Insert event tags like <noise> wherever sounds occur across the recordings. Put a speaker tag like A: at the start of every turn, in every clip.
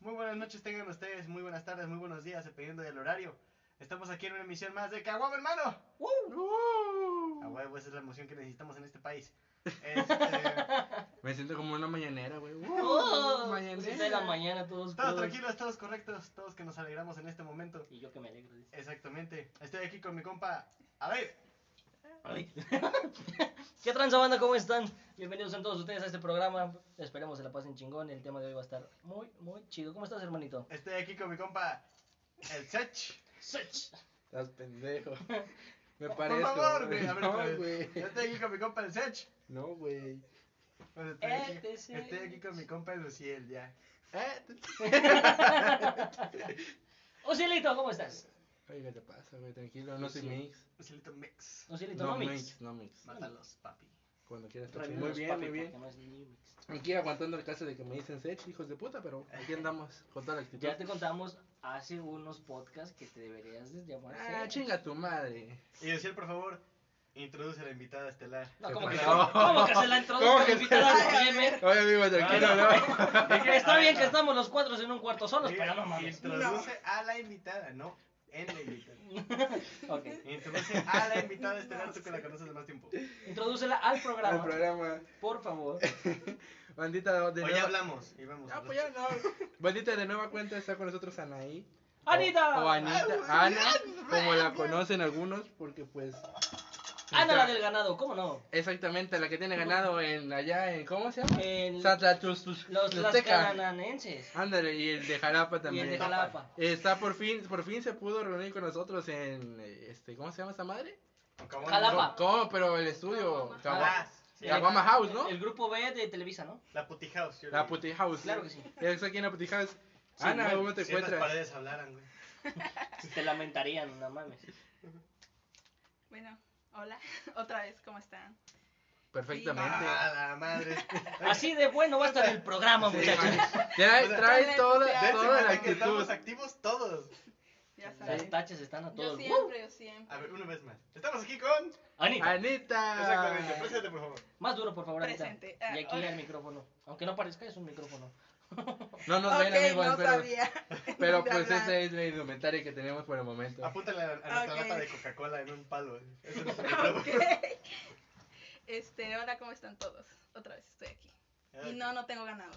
A: buenas noches tengan ustedes, muy buenas tardes, muy buenos días, dependiendo del horario. Estamos aquí en una emisión más de Caguama, hermano. A
B: Ah,
A: huevo, esa es la emoción que necesitamos en este país.
B: <laughs>
A: Este,
B: Me siento como una mañanera, güey. Uh,
C: Oh, seis
B: mañanera.
C: de la mañana
A: todos
C: todos. crudos.
A: tranquilos, todos correctos, todos que nos alegramos en este momento.
C: Y yo que me alegro. dice.
A: Exactamente. Estoy aquí con mi compa. A ver,
C: ¿Qué tranza banda? ¿Cómo están? Bienvenidos a todos ustedes a este programa. Esperemos se la pasen chingón. El tema de hoy va a estar muy, muy chido. ¿Cómo estás, hermanito?
A: estoy aquí con mi compa. El Sech.
B: Estás pendejo. Me
A: Por
B: parece.
A: favor, güey. A ver, otra
B: No,
A: vez. <laughs>
B: güey.
A: Yo estoy aquí con mi compa el Sech.
B: No, güey.
A: Bueno, estoy, aquí,
C: Este Sech.
A: estoy aquí con mi compa el Luciel, ya.
B: Ah,
C: Ocielito, ¿cómo estás?
B: Oiga, te pasa, güey. Tranquilo, no soy
C: Sí.
B: mix.
A: Lucielito Mix.
C: Ocielito,
B: No
C: no, mix.
B: mix, no mix.
A: Mátalos, papi.
B: Cuando quieras. te
C: Revívanos,
B: chingo. Muy bien,
C: papi,
B: muy bien.
C: porque no es ni mix.
B: Aquí aguantando el caso de que me dicen sech, hijos de puta, pero aquí andamos con toda la actitud.
C: Ya te contamos hace unos podcasts que te deberías de llamar.
B: Ah,
C: Sech.
B: chinga tu madre.
A: Y Luciel, por favor, introduce a la invitada estelar.
C: No, ¿cómo que,
B: No.
C: se- ¿cómo que se la
B: <laughs> ¿Cómo
C: introduzco?
B: que
C: invitada
B: se-
C: de PM?
B: Oye, amigo,
A: Ah,
B: tranquilo, ¿no?
C: Está bien que estamos los cuatro en un cuarto solos,
A: Oye,
C: pero no mames.
A: Introduce a la invitada, no en la invitada.
C: <laughs> Ok.
A: Introduce a la invitada estelar, tú que la conoces de más tiempo.
C: Introdúcela al
B: El
C: programa,
B: programa.
C: por
B: <laughs>
C: favor.
B: Bandita de
A: Hoy
B: nueva-
A: ya hablamos y vamos.
B: Ah, pues ya no. Bandita de nueva cuenta está con nosotros Anaí.
C: ¡Anita!
B: O, o Anita. Ana, como la conocen algunos, porque pues.
C: Ana Ah, la
B: está-
C: del ganado, ¿cómo no?
B: Exactamente, la que tiene ganado en allá en ¿cómo se llama?
C: En
B: Santa Tus Tus
C: los
B: Tusteca.
C: cananenses.
B: Ándale, y el de Jalapa también.
C: Y el de Jalapa.
B: Está por fin, por fin se pudo reunir con nosotros en eh, este, ¿cómo se llama esa madre?
A: Caguama.
C: Jalapa.
B: ¿Cómo? Pero el estudio.
A: Ah,
B: Caguama
A: sí,
B: Caguama House, Pues, ¿no?
C: El grupo B de Televisa, ¿no?
A: La puti house. yo
B: La
A: digo.
B: Putty House.
C: Claro que sí.
B: Está aquí en la Putty House. Ana,
C: bueno,
B: ¿cómo te
A: Si estas
B: encuentras?
A: paredes hablaran, güey.
C: Te lamentarían, no mames.
D: Bueno, hola, <laughs> otra vez, ¿cómo están?
B: Perfectamente.
A: Ah, la madre.
C: Así de bueno va a estar el programa,
B: Sí,
C: muchachos.
B: Trae,
A: O sea,
B: trae toda,
A: Dense
B: toda la
A: cuenta que
B: actitud.
A: Estamos activos todos.
D: Ya
C: Las
D: saben.
C: taches están a
D: Yo
C: todos. Uh,
D: siempre, yo siempre.
A: A ver, una vez más. Estamos aquí con.
C: Anita,
A: Exactamente.
B: Anita.
A: Preséntate, por favor.
C: más duro, por favor, Anita.
D: Presente. Ah,
C: Y aquí
D: hola.
C: al micrófono. Aunque no parezca, es un micrófono.
B: No nos ven,
D: Ok,
B: amigos,
D: no
B: pero,
D: sabía.
B: <laughs> pero
D: de
B: pues
D: hablar.
B: esa es la indumentaria que tenemos por el momento.
A: Apúntale a, a nuestra
D: Ok.
A: lata de Coca-Cola en un palo. Eso no se
D: Ok. Este, hola, ¿cómo están todos? Otra vez estoy aquí.
A: preocupe.
D: Y no, no tengo ganado.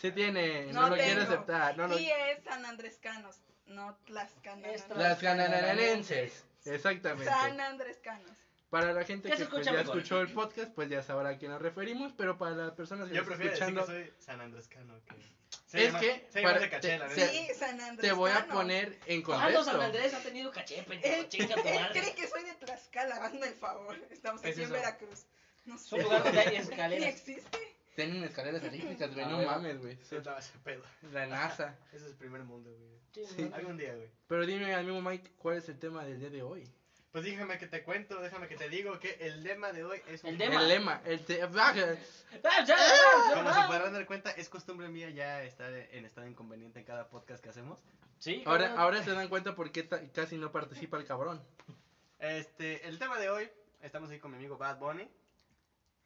B: Sí tiene, no,
D: No
B: lo quiere
D: tengo.
B: aceptar. No lo...
D: Y es San Andrés Canos, no Tlaxcala.
C: Es
B: Las canadienses. Exactamente.
D: San Andrés Canos.
B: Para la gente
C: Ya
B: que
C: se
B: pues,
C: escucha
B: ya
C: mejor.
B: escuchó el podcast, pues ya sabrá a quién nos referimos, pero para las personas que
A: Yo
B: nos
A: prefiero
B: están
A: decir que
B: Este, escuchando,
A: soy San Andrés Cano. Que...
B: Es
A: llama-
B: que
A: Se llama
B: para-
A: de caché, la
B: te-
A: neta.
D: Sí, San Andrés
B: te voy a
D: Cano.
B: poner en
C: Ah, no, San
B: contexto.
C: Andrés ha tenido caché, pendejo.
D: Él,
C: Chinga tu
D: él
C: madre.
D: cree que soy de Tlaxcala, hazme el favor. Estamos
B: Es
D: aquí en
B: eso.
D: Veracruz. No
C: Es
D: sé.
C: un lugar donde hay
D: Ni
C: escaleras.
D: <laughs> existe.
B: Tienen escaleras eléctricas, güey,
C: Ah,
B: no
C: bueno.
B: mames, güey.
A: Sí, estaba ese pedo.
B: La NASA.
A: Ese es el primer mundo, güey.
C: Sí.
A: Algún día, güey.
B: Pero dime al mismo Mike, ¿cuál es el tema del día de hoy?
A: Pues déjame que te cuento, déjame que te digo que el lema de hoy es... un-
C: El Tema.
B: El lema, el te- ah,
C: Ah, ya, ya, ya,
A: <laughs> Como
C: ya.
A: se podrán dar cuenta, es costumbre mía ya estar en estado inconveniente en cada podcast que hacemos.
C: Sí,
B: Ahora,
C: cabrón.
B: ahora se dan cuenta por qué ta- casi no participa el cabrón.
A: Este, el tema de hoy, estamos aquí con mi amigo Bad Bunny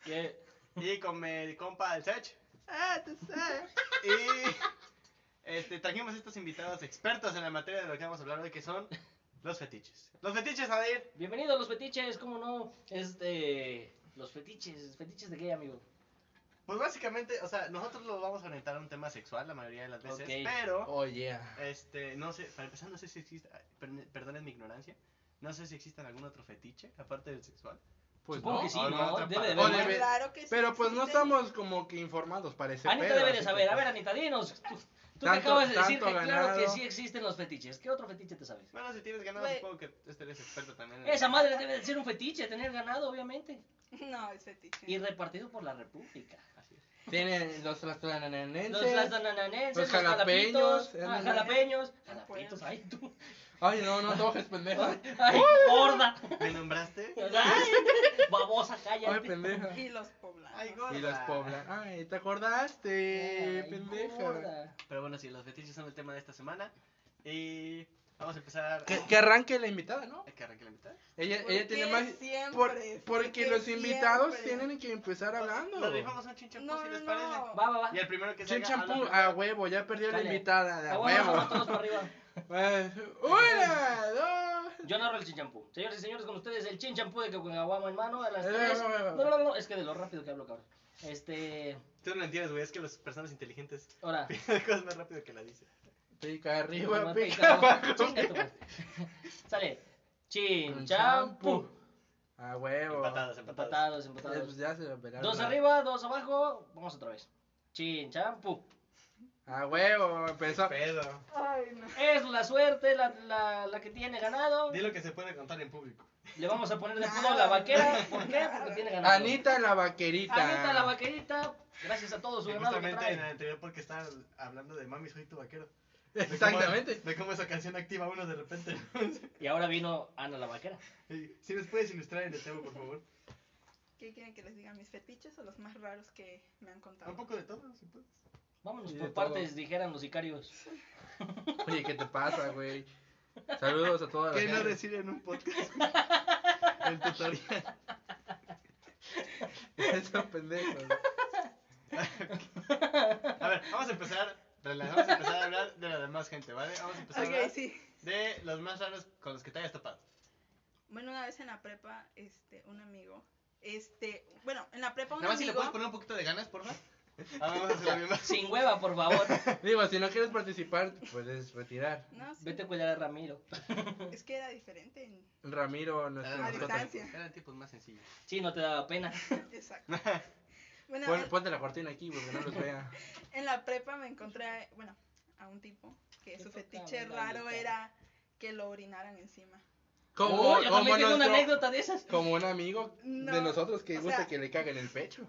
C: Que-
A: y con mi compa El Sech.
D: Ah, tú sabes.
A: Y este, trajimos estos invitados expertos en la materia de lo que vamos a hablar hoy, que son los fetiches. Los fetiches, Adair.
C: Bienvenidos los fetiches, cómo no. Este. Los fetiches, fetiches de qué, amigo.
A: Pues básicamente, o sea, nosotros lo vamos a orientar a un tema sexual la mayoría de las veces,
C: Ok.
A: pero,
B: Oh, yeah.
A: este, no sé, para empezar, no sé si existe, per- perdonen mi ignorancia, no sé si existen algún otro fetiche, aparte del sexual.
B: Pues
C: Supongo
B: no.
C: que sí,
A: ahora
C: ¿no?
A: otra
C: Debe de
A: parte.
C: haber
B: O debe-
C: más.
D: Claro que sí.
B: Pero pues no
D: existe.
B: estamos como que informados para ese
C: Anita
B: pedo,
C: debe
B: así
C: de
B: que,
C: saber. A ver,
B: pues,
C: Anita, dinos. Tú, tú que
B: Tanto-
C: acabas de decir
B: tanto
C: que claro que
B: ganado.
C: sí existen los fetiches. ¿Qué otro fetiche te sabes?
A: Bueno, si tienes ganado,
D: Güey.
A: supongo que este eres experto también. en-
C: Esa madre debe de ser un fetiche, tener ganado, obviamente.
D: <laughs> No, es fetiche.
C: Y repartido por la República.
A: Así es.
B: Tienen los tlaxcalanenses.
C: Los tlaxcalanenses,
B: Los
C: los jalapeños.
B: jalapeños,
C: ah,
B: eh,
C: Jalapeños.
D: no
C: Jalapeños,
D: puedo.
C: ay tú.
B: Ay, no, no toques, pendejo. <laughs>
C: Ay, gorda.
A: ¿Me nombraste?
C: Ay, babosa, cállate.
B: Ay, pendeja.
D: Y los poblanos.
A: Ay, gorda.
B: Y los poblas. Ay, ¿te acordaste,
C: Ay,
B: pendeja?
C: gorda.
A: Pero bueno, sí, los fetiches son el tema de esta semana. Y vamos a empezar.
B: Que, que arranque la invitada, ¿no?
A: ¿Es que arranque la mitad?
B: Ella,
D: ¿Por
B: ella tiene
D: qué
B: más.
D: siempre?
B: por-
D: ¿Por
B: porque
D: qué
B: los invitados
D: siempre?
B: tienen que empezar hablando.
A: Pues, Nos rifamos un chinchampú
D: No,
A: si
D: no,
A: les
D: no.
A: parece.
C: Va, va, va.
A: Y el primero que
B: Sin
A: salga. habla
B: champú, ah.
A: primero.
B: a huevo, ya perdió la
C: Dale.
B: invitada, a
C: Ah, bueno, vamos
B: huevo.
C: todos para arriba.
B: Eh, Una, dos.
C: Yo narro el chinchampú. Señores y señores, con ustedes el chinchampú de que con aguamo en mano a las
B: Eh,
C: 3.
B: no, no, no.
C: No, no, no, es que de lo rápido que hablo, cabrón. Este.
A: Tú no lo entiendes, güey. Es que las personas inteligentes <laughs>
C: Ahora.
A: piensan cosas más rápido que las dicen.
B: Pica arriba,
C: Mamá,
B: pica
C: pica,
B: abajo. <laughs>
C: chinga tu madre. pues. <laughs> Sale. Chinchampú.
B: A huevo.
A: Empatadas, empatadas.
C: Empatados,
B: Eh, pues
C: empatados.
B: ya se lo verán,
C: Dos
B: ¿no?
C: arriba, dos abajo. Vamos otra vez. Chinchampú.
B: A huevo, empezó.
A: Pedo.
D: Ay, no.
C: Es la suerte la, la, la que tiene ganado.
A: Di lo que se puede contar en público.
C: Le vamos a poner de fondo la vaquera. ¿Por qué? Porque tiene ganado.
B: Anita la vaquerita.
C: Anita la vaquerita. Gracias a
D: Pues,
C: todos su
A: Y
C: ganado que
A: justamente en el
C: trae.
A: anterior porque estaban hablando de Mami, soy tu vaquero. De cómo-
B: <laughs> Exactamente.
A: de cómo esa canción activa a uno de repente. <laughs>
C: Y ahora vino Ana la vaquera.
A: Sí, Si nos puedes ilustrar en el tema, por favor.
D: ¿Qué quieren que les diga? ¿Mis fetiches o los más raros que me han contado?
A: Un poco de todo, si puedes.
C: Vámonos
B: Y de
C: por
B: todo.
C: partes, dijeran los sicarios.
B: Oye, ¿qué te pasa, güey? Saludos a toda la
A: ¿Qué no
B: gente.
A: decir en un podcast? <laughs> el tutorial.
B: <laughs> Esos pendejos.
A: A ver, vamos a empezar. relaja- Vamos a empezar a hablar de la demás gente, ¿vale? Vamos a empezar a
D: Ok,
A: hablar
D: sí.
A: de los más raros con los que te hayas topado.
D: Bueno, una vez en la prepa, este, un amigo, este, bueno, en la prepa un
A: Nada más si le
D: amigo,
A: puedes poner un poquito de ganas, por favor. Ah, vamos a hacer la misma.
C: Sin hueva,
B: <laughs>
C: por favor.
B: Digo, si no quieres participar, puedes retirar.
D: no, sí,
C: Vete a cuidar a Ramiro.
D: es que era diferente, en-
B: Ramiro no está
A: Eran
B: con
D: A
A: tipos-
B: nosotros.
D: distancia.
A: Eran tipos más sencillos.
C: Sí, no te daba pena.
D: exacto. Bueno,
B: Pon-
D: en-
B: ponte la cortina aquí porque no los vea.
D: en la prepa me encontré, a- bueno, a un tipo que
C: Qué
D: su
C: poca
D: fetiche
C: madre,
D: raro
C: cara.
D: era que lo orinaran encima.
B: Como,
C: Oh, yo
B: como,
C: también tengo una
B: nuestro-
C: anécdota de esas.
B: como un amigo de
D: No,
B: nosotros que
D: o
B: gusta
D: sea-
B: que le caguen el pecho.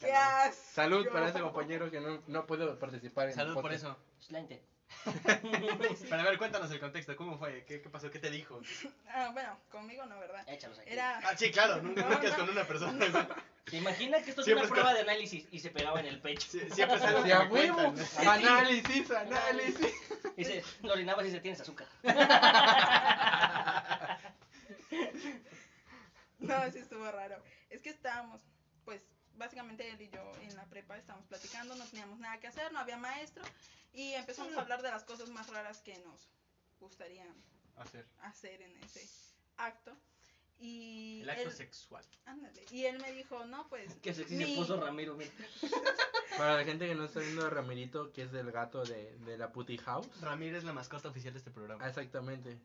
D: ¡Qué asco!
B: Salud para ese compañero que no, no pudo participar en el
A: Salud por
B: podcast.
A: eso.
C: Slante.
A: Pero a ver, cuéntanos el contexto. ¿Cómo fue? ¿Qué, qué pasó? ¿Qué te dijo?
D: Ah, bueno, conmigo no, ¿verdad?
C: Échalos aquí.
D: Era, <laughs>
A: Ah, sí, claro. Nunca
D: No,
A: nunca es
D: no.
A: con una persona.
C: ¿Te imaginas que esto es
A: Siempre
C: una
A: es
C: prueba
A: con-
C: de análisis y se pegaba en el pecho?
A: Sí, siempre es algo
B: Sí,
A: que
B: a
A: me
B: huevo.
A: cuentan.
B: Análisis, análisis.
C: Y se lo orinabas y se tienes azúcar.
D: no, sí estuvo raro. Es que estábamos, pues, básicamente él y yo en la prepa estábamos platicando, no teníamos nada que hacer, no había maestro, y empezamos a hablar de las cosas más raras que nos gustarían
A: Hacer.
D: hacer en ese acto. Y
A: El acto
D: él,
A: sexual.
D: ándale, y él me dijo, no, pues...
C: Que sexy
D: mi-
C: se puso Ramiro. mira.
B: Para la gente que no está viendo a Ramirito, que es el gato de, de la putty house.
A: Ramírez es la mascota oficial de este programa.
B: Ah, Exactamente.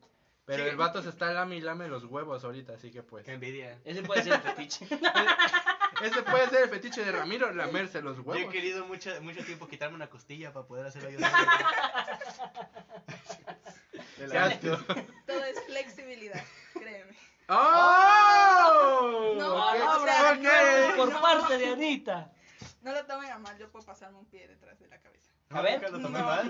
B: Pero
A: Sí.
B: el vato se está lame y lame los huevos ahorita, así que pues.
A: Qué envidia.
C: Ese puede ser el
D: <laughs>
C: fetiche.
B: Ese puede ser el fetiche de Ramiro, lamerse los
A: Yo he
B: huevos.
A: querido mucho, mucho tiempo quitarme una costilla para poder hacer ayuda. De
B: Qué asco.
D: Todo es flexibilidad, créeme.
B: <laughs> ¡Oh!
D: No,
B: Ok,
D: no, o sea,
B: ok.
D: no,
C: Por parte de Anita.
D: No lo tomen a mal, yo puedo pasarme un pie detrás de la cabeza.
C: A ver.
A: Nunca lo tomé
D: No.
A: mal.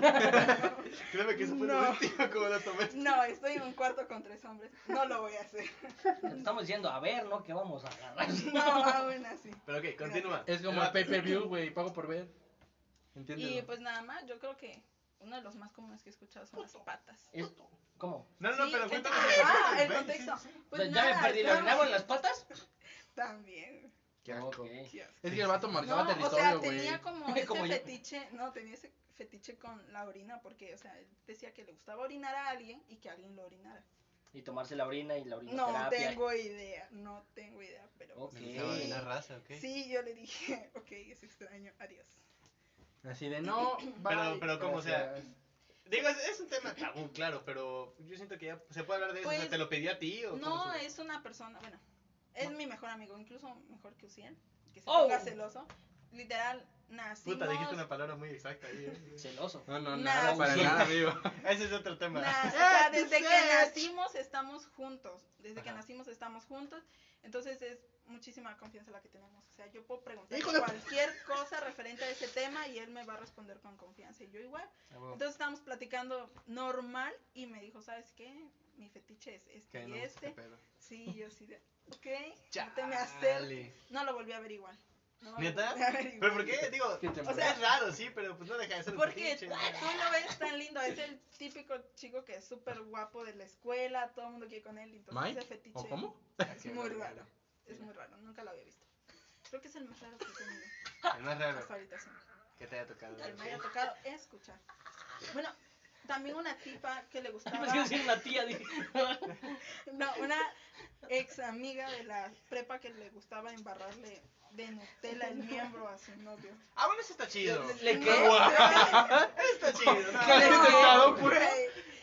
A: Créeme que eso fue
D: No.
A: lo último como lo tomé.
D: No, estoy en un cuarto con tres hombres, no lo voy
C: <laughs>
D: a hacer.
C: Estamos diciendo, a ver, ¿no? Que vamos a
D: <laughs>
C: agarrar.
D: No, aún así.
A: Pero ok, continúa.
B: Es como el
A: Ah,
B: pay per view, güey, pago por ver.
D: Y
B: ¿Entiendes?
D: pues nada más, yo creo que uno de los más comunes que he escuchado son las patas.
C: Es- ¿Cómo?
A: No, no,
D: Sí,
A: pero
D: gente
A: cuéntame.
D: que-
A: el
D: Ah,
A: contexto,
D: el
A: güey,
D: contexto.
A: sí, sí.
D: Pues
C: ya
D: nada,
C: me perdí, ¿lo
D: estamos-
C: orinaba en las patas?
D: También.
B: Qué asco.
C: Ok.
D: qué asco.
B: Es que el vato marcaba
D: No, o
B: territorio,
D: sea,
B: güey.
D: tenía como ese
C: <laughs> Como yo.
D: fetiche, no, tenía ese fetiche con la orina porque, o sea, él decía que le gustaba orinar a alguien y que alguien lo orinara.
C: Y tomarse la orina y la
D: No
C: orinoterapia.
D: tengo idea, no tengo idea, pero
C: Ok.
A: Me gustaba de la
D: sí.
A: raza, ok.
D: Sí, yo le dije, <laughs> ok, es extraño, adiós.
B: Así de no, bye,
A: pero como sea.
B: gracias.
A: Digo, es, es un tema tabú, claro, pero yo siento que ya se puede hablar de eso. o sea,
D: Pues,
A: ¿te lo pedí a ti o cómo
D: No,
A: estuvo?
D: es una persona, bueno, es mi mejor amigo, incluso mejor que Usiel, que se
C: Oh.
D: ponga celoso. Literal, nacimos,
A: Puta, dijiste una palabra muy exacta ahí.
D: <laughs>
A: eh.
C: Celoso.
B: No, no,
D: Nah,
B: nada, para
C: sí.
B: nada, amigo.
A: Ese es otro tema.
D: na- o <laughs> sea,
B: Eh,
D: desde
B: tú
D: que
B: sabes.
D: nacimos estamos juntos, desde que
A: Ajá.
D: nacimos estamos juntos, entonces es muchísima confianza la que tenemos. O sea, yo puedo preguntar
B: Hijo de-
D: cualquier cosa referente a ese tema y él me va a responder con confianza y yo igual.
A: <laughs> Ah, bueno.
D: Entonces estábamos platicando normal y me dijo, ¿sabes qué? Mi fetiche es
A: <laughs>
D: este
A: Que
D: y
A: no, qué
D: este.
A: pedo.
D: Sí, yo sí de, ok, no te me acerques.
A: Chale.
D: No lo volví a averiguar. No lo
A: ¿Neta?
D: volví a averiguar.
A: ¿Pero por qué? Digo,
B: Qué temor.
A: o sea, es raro, sí, pero pues no deja de ser un
D: <laughs> Porque
A: fetiche,
D: tú
A: ¿no?
D: lo ves tan lindo, es es el típico chico que es súper guapo de la escuela, todo el mundo quiere con él, entonces
B: ¿Mike?
D: ese fetiche
B: ¿O cómo?
D: es
A: Ah, Qué
D: muy
A: bárbaro.
D: raro. Es muy raro, nunca lo había visto. Creo que es el más raro que he tenido
A: El más raro
D: hasta ahorita, sí.
A: que te haya tocado.
D: Que me haya tocado escuchar. Bueno, también una tipa que
C: <laughs>
D: le
C: Yo
D: gustaba.
A: <laughs>
C: pensé que Pues iba a decir una tía. dije.
D: No, una ex amiga de la prepa que le gustaba embarrarle de Nutella el miembro a su novio.
A: Ah, bueno, eso está chido.
C: Le
D: No,
C: que,
A: Está chido.
D: <laughs>
B: ¿Qué le
D: no,
B: tocado,
D: güey.
B: pues?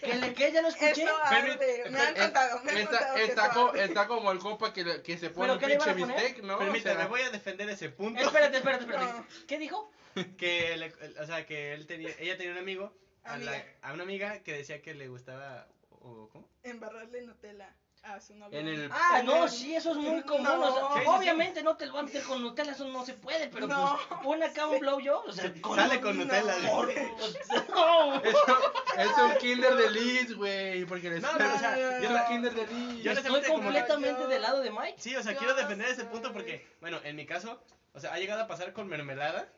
C: que le que ya lo escuché.
D: Eso arde.
C: pues?
B: Permite-
D: Me han
A: eh,
B: el-
D: contado, me han
B: está,
D: contado. que
B: está
D: eso
B: co-
D: arde.
B: está como el compa que, le- que se pone
C: ¿Pero
B: un
C: qué le iban a
B: pinche
C: poner?
B: bistec, ¿no? O
A: Permíteme,
B: sea,
A: voy a defender ese punto.
C: Espérate, espérate, espérate.
D: No.
C: ¿Qué dijo?
A: <laughs> Que, le- el- o sea, que él tenía, ella tenía un amigo, a, la-
D: Amiga.
A: a una amiga que decía que le gustaba, o, ¿cómo?
D: Embarrarle Nutella a su novio.
B: En el-
C: Ah, no,
D: en-
C: sí, eso es muy común.
D: No.
C: o
A: Sí,
C: sea,
A: sí, sí.
C: obviamente no te lo van a meter con Nutella, eso no se puede, pero
D: No.
C: pues, pon acá un blowjob. O sea,
D: <laughs>
C: con
A: Sale
C: un-
A: con
D: no.
A: Nutella.
C: No,
A: güey.
C: no, güey.
B: Es un kinder de Liz, güey. Porque le
A: No, pero, o sea,
B: es
A: yo
B: un
A: no-
B: kinder de Liz.
A: yo no-
C: Estoy
A: como-
C: completamente del lado de Mike.
A: Sí, o sea,
D: Yo
A: quiero
D: no
A: defender ese punto
D: soy.
A: porque, bueno, en mi caso, o sea, ha llegado a pasar con mermelada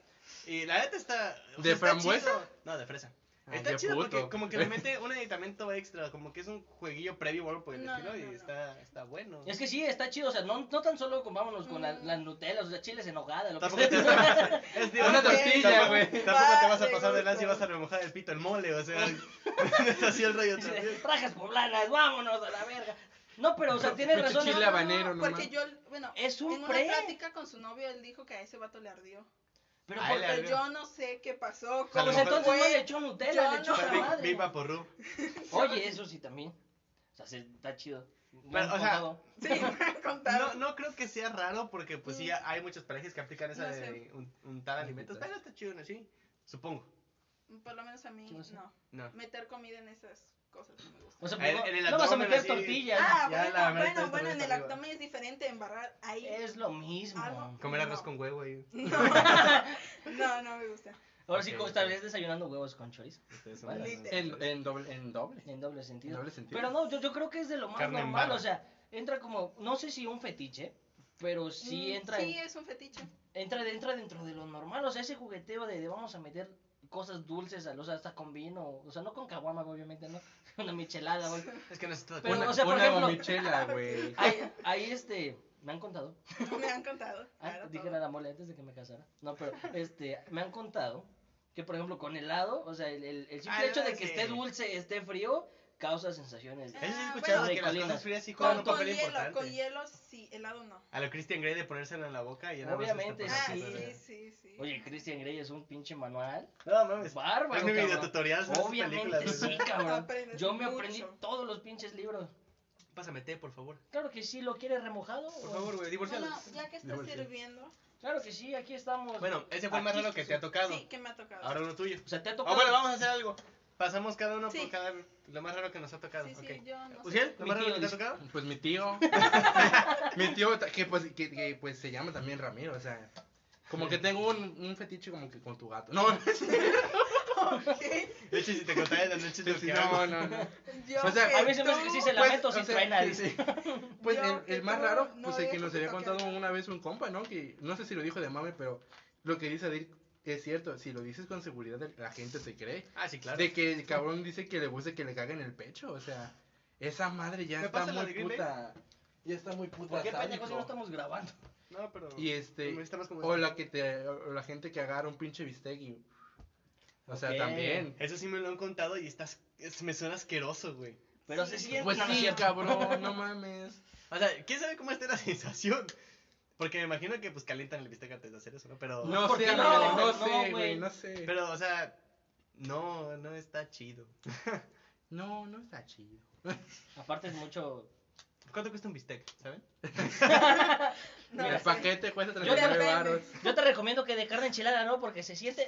A: y la neta está... o sea,
B: ¿De
A: está
B: frambuesa?
A: chido. No, de fresa.
B: Ah,
A: está
B: qué
A: chido porque
B: puto.
A: como que le
B: <laughs>
A: mete un aditamento extra, como que es un jueguillo previo o algo por el
D: No,
A: estilo
D: no,
A: y
D: no, no.
A: está, está bueno.
C: Es que sí, está chido, o sea, no, no tan solo con, vámonos con
D: Mm.
C: la- las Nutellas, o sea, chiles en hogada, lo que
A: <laughs>
C: <laughs>
A: Tampoco te
C: sea.
D: <laughs>
A: Es
B: Una
A: tampoco-
B: tortilla,
A: tampoco-
B: güey.
A: Tampoco te
D: Va
A: vas a
D: de
A: pasar de
D: gusto.
A: lanza y vas a remojar el pito el mole, o
D: <laughs>
A: sea, <laughs> es así el rollo
C: Dice,
A: también.
C: Rajas poblanas, vámonos a la verga. No, pero, o sea, tienes
B: Pinche
C: razón.
B: chile
C: ¿no?
B: habanero, no
D: Porque
B: mames.
D: yo, bueno,
C: Es un
D: en
C: pre.
D: una plática con su novio, él dijo que a ese vato le ardió.
C: Pero,
A: Ay,
C: por-
A: le
D: Pero
A: ardió.
D: yo no sé qué pasó.
A: sea, a lo
C: pues
D: cómo
A: mejor-
C: entonces no
D: fue.
C: le echó Nutella,
D: Yo
C: le echó
D: no.
C: la
A: Fue Big,
C: madre.
A: Big Vaporru.
C: Oye, eso sí también. O sea, se- está chido. Me
A: Pero,
C: han
A: o sea,
C: contado.
D: Sí, me han contado.
A: No, no creo que sea raro porque pues sí hay muchos parejas que aplican esa
D: Mm. No
A: de
D: sé.
A: un- untar alimentos, pero está chido, ¿no? Sí, supongo.
D: Por lo menos a mí,
C: Sí, no sé.
D: no.
A: No.
D: Meter comida en esas cosas no me gusta.
C: O sea,
A: En-
C: pues,
A: en el
C: no, no vas a
A: abdomen,
C: meter
A: así.
C: tortillas.
A: ya
D: Ah, bueno,
A: la
D: bueno,
A: meta
D: bueno,
A: está
D: en el
A: arriba.
D: abdomen es diferente embarrar ahí.
C: es lo mismo.
D: Algo-
A: Comer
D: No. Mm.
A: arroz con huevo ahí.
D: No, no, no me gusta.
C: Ahora sí,
A: Ok,
C: como
A: ok.
C: esta vez desayunando huevos con chorizo.
A: Ustedes
C: Vale.
A: raros.
B: En, en doble. En doble.
C: En doble sentido.
B: En doble sentido.
C: Pero no, yo, yo creo que es de lo más
A: Carne en
C: normal.
A: barra.
C: O sea, entra como, no sé si un fetiche, pero sí
D: Mm,
C: entra,
D: Sí,
C: en-
D: es un fetiche.
C: entra, entra dentro de lo normal. O sea, ese jugueteo de, de vamos a meter cosas dulces, al- o sea, hasta con vino. O sea, no con caguama, obviamente, ¿no? <laughs> Una michelada, güey.
A: Es que no se trata
C: Pero,
B: una
C: o sea, por
B: una
C: ejemplo-
B: gomichela, güey.
C: Ahí, ahí este, me han contado.
D: Me han contado.
C: Ah,
D: claro,
C: dije
D: todo.
C: nada mole antes de que me casara. No, pero este, me han contado que, por ejemplo, con helado, o sea, el, el, el simple
A: Ah,
C: hecho de
A: sí.
C: que esté dulce, esté frío, causa sensaciones.
A: Eso sí he
D: Ah,
A: escuchado
C: bueno.
A: que las
C: Ricolinas.
A: cosas frías sí juegan
D: Con,
A: un
D: con
A: papel
D: hielo,
A: importante.
D: con hielo sí, helado no.
A: A lo Christian Grey de ponérselo en la boca y en
C: Obviamente,
D: Ah,
C: sí.
D: sí, sí, sí.
C: Oye, Christian Grey es un pinche manual.
A: No mames.
C: Bárbaro.
A: Es mi
C: cabrón.
A: videotutorial, ¿sabes?
C: Obviamente
A: Películas,
C: sí,
A: güey.
C: cabrón.
D: <laughs> Aprendes
C: Yo me
D: mucho.
C: aprendí todos los pinches libros.
A: Pásame té, por favor.
C: Claro que sí, ¿lo quieres remojado?
A: Por
C: o-
A: favor, güey, divorciado.
D: Bueno, ya que está
B: Divorcio.
D: sirviendo.
C: Claro que sí, aquí estamos.
A: Bueno, ese fue el más
C: Aquí
A: raro que te ha tocado.
D: Ah, Sí, que me ha tocado.
A: Ahora uno tuyo.
C: O sea, te ha
A: Ah,
C: tocado.
A: bueno, vamos a hacer algo. Pasamos cada uno
D: Sí.
A: por cada lo más raro que nos ha tocado.
D: Sí, sí,
A: ok.
D: yo no sé.
A: ¿Ujiel? ¿Lo
C: Mi
A: más raro
C: tío
A: que te ha
C: dice-
A: tocado?
B: Pues mi tío. mi tío, ta- que pues, que, que, pues se llama también Ramiro, o sea. Como que tengo un, un fetiche como que con tu gato. No, <laughs>
A: De hecho, si te contara las noches de lo que hago.
B: no, no, no.
D: Yo
B: O sea,
D: que
B: a
C: mí se me hace
D: tú-
C: que sí se la- Lamento si suena,
B: sí,
C: dice.
B: sí. <laughs> Pues
D: Yo
B: el,
D: que
B: el más
D: tú
B: raro,
D: no
B: pues el que
D: habías
B: nos había
D: escuchado
B: contado
D: que-
B: una vez un compa, ¿no? Que no sé si lo dijo de mame, pero lo que dice Adil es cierto. Si lo dices con seguridad, la gente te cree.
A: Ah, sí, claro.
B: De que el cabrón dice que le gusta que le caguen el pecho, o sea, esa madre ya
A: ¿Me
B: está
A: pasa la
B: muy
A: de Green Bay?
B: puta. Ya está muy puta.
C: ¿Por qué pendejo si
B: sádico.
C: no estamos grabando?
A: No, pero.
B: Y este,
A: Necesitamos como-
B: o la que te, o la gente que agarra un pinche bistec y, o sea,
C: Ok.
B: también.
A: Eso sí me lo han contado y estás. es- me suena asqueroso, güey.
C: Pero
D: Sí.
C: se siente.
B: Pues
C: no, no es
B: sí,
C: cierto.
B: cabrón, no mames.
A: O sea, ¿quién sabe cómo está la <laughs> sensación? Porque me imagino que pues calientan el bistec antes de hacer eso, ¿no? Pero.
B: No
C: ¿por
B: sé,
C: qué
B: amigo,
D: no?
B: no,
C: No,
B: sé,
C: güey.
B: güey, no sé.
A: Pero, o sea. No, no está chido.
B: No, no está chido.
C: Aparte es mucho.
A: ¿Cuánto cuesta un bistec, saben? <laughs>
D: No,
B: el
D: sí.
B: paquete cuesta
C: Yo
B: 39
D: depende.
B: baros.
C: Yo te recomiendo que de carne enchilada no, porque se siente.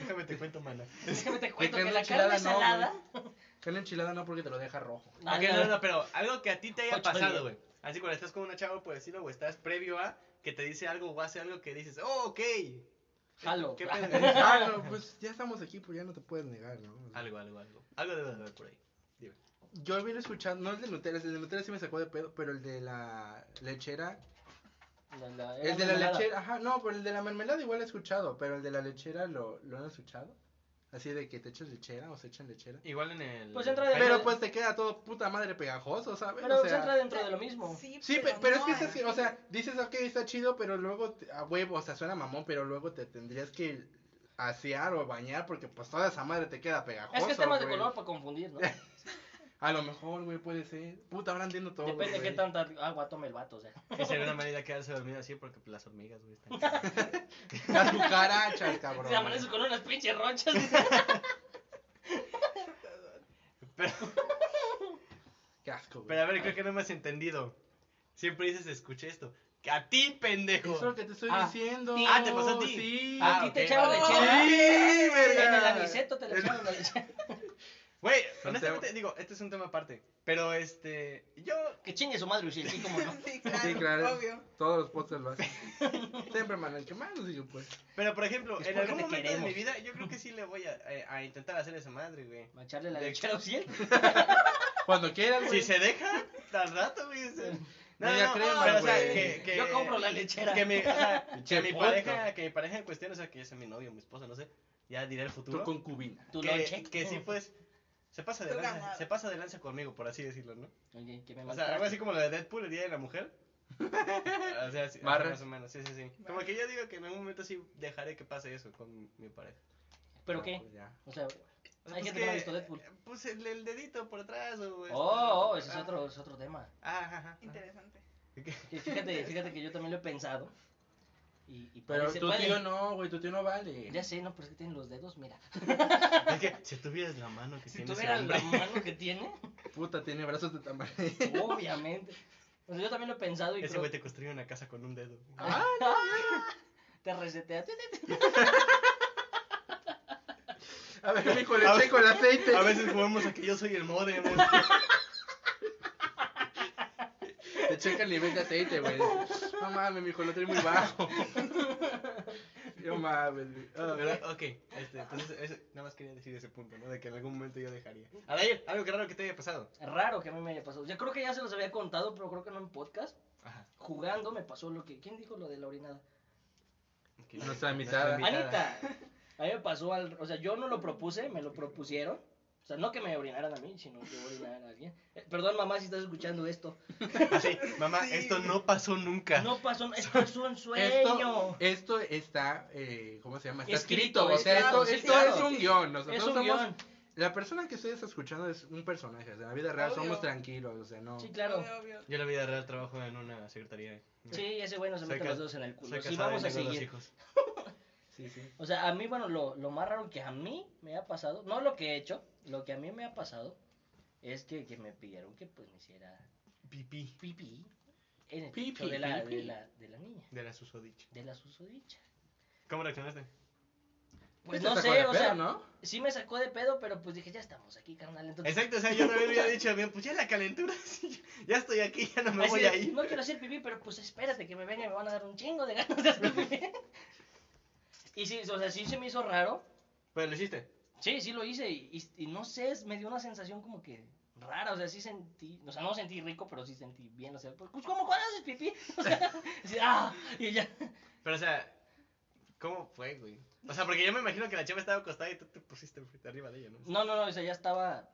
A: Déjame te cuento, mana.
C: Déjame te cuento
B: De
C: que la
B: carne
C: carne
B: enchilada
C: salada.
B: no, Carne enchilada no porque te lo deja
C: <laughs>
B: rojo.
C: Ah,
A: Ok,
C: ya.
A: no, no, pero algo que a ti te haya
C: Ocho,
A: pasado,
C: oye.
A: güey. Así cuando estás con una chava, puedes decirlo, o estás previo a que te dice algo o hace algo que dices, oh, ok.
C: Jalo.
A: ¿Qué pedo?
B: Ah, no, pues ya estamos aquí, pues ya no te puedes negar, ¿no? O sea,
A: Algo, algo, algo. Algo debe de haber por ahí.
B: Yo vine escuchando, no el de Nutella, el de Nutella sí me sacó de pedo, pero el de la lechera
C: La- la-
B: El
C: era
B: de la
C: mermelada.
B: lechera, ajá, no, pero el de la mermelada igual he escuchado, pero el de la lechera lo, lo han escuchado. Así de que te echas lechera o se echan lechera.
A: Igual en el.
C: Pues entra de-
B: Pero
C: <laughs>
B: pues te queda todo puta madre pegajoso, ¿sabes?
C: Pero
B: o
C: se
B: sea,
C: entra dentro de lo mismo.
D: Sí,
B: Sí, pe- pero, es que
D: no,
B: es así, o
D: <laughs>
B: sea, dices, ok, está chido, pero luego, te- a huevo, o sea, suena mamón, pero luego te tendrías que asear o bañar porque pues toda esa madre te queda pegajoso.
C: Es que es tema de
B: güey.
C: color para confundir, ¿no?
B: A lo mejor, güey, puede ser. Puta, ahora entiendo todo.
C: Depende de
B: güey.
C: qué tanta agua tome el vato, o sea.
A: Que sería una manera quedarse dormido así porque pues, las hormigas, güey.
C: <laughs>
A: están-
B: <laughs> Las cucarachas, cabrón.
C: Se amanece con unas pinches rochas.
A: <laughs> Pero,
B: Qué asco, güey.
A: pero a ver, creo que no me has entendido. Siempre dices, escuché esto. Que a ti, pendejo.
B: Es lo que te estoy
C: Ah,
B: diciendo.
C: sí.
A: Ah, ¿te pasó a ti?
B: Sí.
A: Ah,
C: Aquí te
A: ok,
C: echaron
A: vale.
C: lechera.
B: Sí,
C: <laughs> En el
B: verga.
C: aniceto te le echaron la lechera.
A: Güey,
B: Son
A: honestamente, digo, este es un tema aparte. Pero este. Yo.
C: Que chingue su madre, Usiel, sí, como no.
D: Sí, claro,
B: Sí, claro.
D: obvio.
B: Todos los postres lo hacen. Siempre me han quemado, digo, pues.
A: Pero por ejemplo,
C: Es
A: en
C: porque
A: algún
C: te
A: momento
C: queremos.
A: de mi vida, yo creo que sí le voy a, eh, a intentar hacer esa madre, güey.
C: ¿Va a echarle la
A: De-
C: lechera a Usiel?
B: Cuando quieran, güey.
A: Si se deja, al rato, güey. o sea, No,
B: Media
A: no,
B: crema,
A: pero, o sea,
B: güey.
A: que, que-
C: Yo compro la lechera.
A: Que mi, o sea,
B: Che,
A: que mi
B: puerco.
A: pareja, que mi pareja en cuestión, o sea, que ya sea mi novio, mi esposa, no sé, ya diré el
B: Tu
A: futuro.
B: concubina.
C: Tu
A: que,
C: noche.
A: que sí, pues, se pasa de
D: Tu
A: lanza,
D: ganado.
A: se pasa de lanza conmigo, por así decirlo, ¿no?
C: Oye, que me
A: O sea, algo así como lo de Deadpool, el día de la mujer. O sea, sí, ajá,
B: Barras.
A: más o menos, sí, sí, sí. Como que yo digo que en algún momento sí dejaré que pase eso con mi pareja.
C: ¿Pero
B: Ah,
C: qué?
B: pues ya.
C: O sea,
A: O sea,
C: Hay
A: pues
C: gente que no ha visto Deadpool.
A: Pues el, el dedito por atrás o... este,
C: oh, oh, ese es
A: ah,
C: otro, es otro tema.
A: Ah, ajá, ajá.
D: Interesante.
C: Que fíjate, fíjate que yo también lo he pensado. Y, y
B: Pero
C: parece-
B: tu
C: vale.
B: tío no, güey, tu tío no vale.
C: Ya sé, no, pero es que tienen los dedos, mira.
A: Es que si tuvieras la mano que
C: Si
A: tiene ese
C: tuviera la
A: hombre. <laughs>
C: mano que tiene,
B: Puta, tiene brazos de tamaño.
C: obviamente. O sea, yo también lo he pensado y
A: Ese
C: creo-
A: güey te construye una casa con un dedo.
C: <laughs>
B: Ah,
C: te resetea.
B: <laughs> a ver, mijo, le
A: A ver-
B: checo el aceite.
A: A veces jugamos a que yo soy el modem. güey.
B: Te checa el nivel de aceite, güey. No mames, mijo, lo trae muy bajo. No mames, güey.
A: Ah,
B: Ah,
A: ¿verdad? Ok, este, entonces ese- nada más quería decir ese punto, ¿no? De que en algún momento yo dejaría. Adair, algo que raro que te haya pasado.
C: Raro que a mí me haya pasado. Yo creo que ya se los había contado, pero creo que no en podcast.
A: Ajá.
C: Jugando me pasó lo que... ¿Quién dijo lo de la orinada?
A: ok.
B: Nuestra invitada.
C: Anita, a mí me pasó al... O sea, yo no lo propuse, me lo propusieron. O sea, no que me orinaran a mí, sino que orinaran a alguien. Eh, perdón, mamá, si estás escuchando esto.
A: Así, Ah, mamá,
D: Sí.
A: esto no pasó nunca.
C: No pasó, esto es un sueño.
B: Esto, esto está, eh, ¿cómo se llama? Está
C: Escrito,
B: escrito, o sea,
D: claro,
B: esto,
D: sí,
B: esto
D: claro.
B: es un guión. Nosotros
C: es un
B: somos,
C: guión.
B: La persona que ustedes escuchando es un personaje, o sea, en la vida real
D: Obvio.
B: somos tranquilos, o sea, no.
C: Sí, claro.
D: Obvio, obvio.
A: Yo en la vida real trabajo en una secretaría.
C: Sí, ese güey nos
A: Soy
C: mete
A: ca-
C: los dedos en el
A: Soy
C: culo. Sí,
A: casado
C: vamos
A: y
C: a
A: tengo dos
C: seguir.
A: hijos.
B: Sí, sí.
C: O sea, a mí, bueno, lo, lo más raro que a mí me ha pasado, no lo que he hecho, lo que a mí me ha pasado es que, que me pidieron que pues me hiciera
A: Pipí
C: pipí en el
B: Pipí,
C: pipí, de, la,
B: pipí.
C: de, la, de la niña,
A: de la susodicha.
C: de la susodicha.
A: ¿Cómo reaccionaste?
C: Pues
B: Te
C: no
B: sacó
C: sé,
B: de
C: o
B: pedo,
C: sea,
B: ¿no?
C: sí me sacó de pedo, pero pues dije, ya estamos aquí, carnal. Entonces,
A: Exacto, o sea, yo también había dicho, bien, pues ya la calentura, <laughs> sí, ya estoy aquí, ya no me
C: así
A: voy
C: de,
A: ahí.
C: No quiero hacer pipí, pero pues espérate que me venga y me van a dar un chingo de ganas de hacer pipí. y sí, o sea, sí se me hizo raro.
A: Pero lo hiciste.
C: Sí, sí lo hice y, y- y no sé, es- me dio una sensación como que rara, o sea, sí sentí, o sea, no sentí rico, pero sí sentí bien, o sea, pues pues, como cuando haces pipí, o sea, así, ah, y ya.
A: Pero, o sea, ¿cómo fue, güey? O sea, porque yo me imagino que la chava estaba acostada y tú te pusiste enfrente- arriba de ella, ¿no?
C: No, no, no, o sea, ya estaba,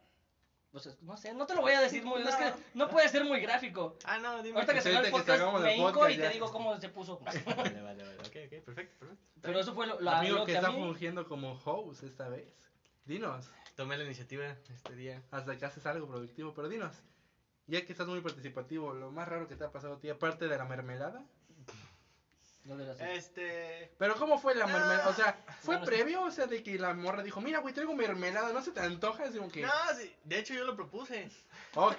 C: o sea, no sé, no te lo voy a decir muy, es que
D: No.
C: no puede ser muy gráfico.
A: Ah, no, dime.
C: Ahorita que se
B: Ahorita
C: el
B: que
C: podcast,
B: salgamos del
C: me hinco
B: podcast,
C: y
B: ya.
C: te digo cómo se puso.
A: Vale, vale, vale. Ok, ok, perfecto, perfecto.
C: Pero eso fue lo, la-
B: Amigo
C: lo
B: que
C: que a
B: está
C: mí...
B: fungiendo como host esta vez. Dinos,
A: Tomé la iniciativa este día.
B: hasta que haces algo productivo, pero dinos. Ya que estás muy participativo, lo más raro que te ha pasado a ti, aparte de la mermelada.
C: No, de las-
A: Este.
B: Pero ¿cómo fue la mermelada? O sea, ¿fue
C: Ah, No, no sé.
B: previo? O sea, de que la morra dijo, mira, güey, traigo mermelada, ¿no se te antoja? Es como que,
A: No, sí, de hecho yo lo propuse.
B: ok.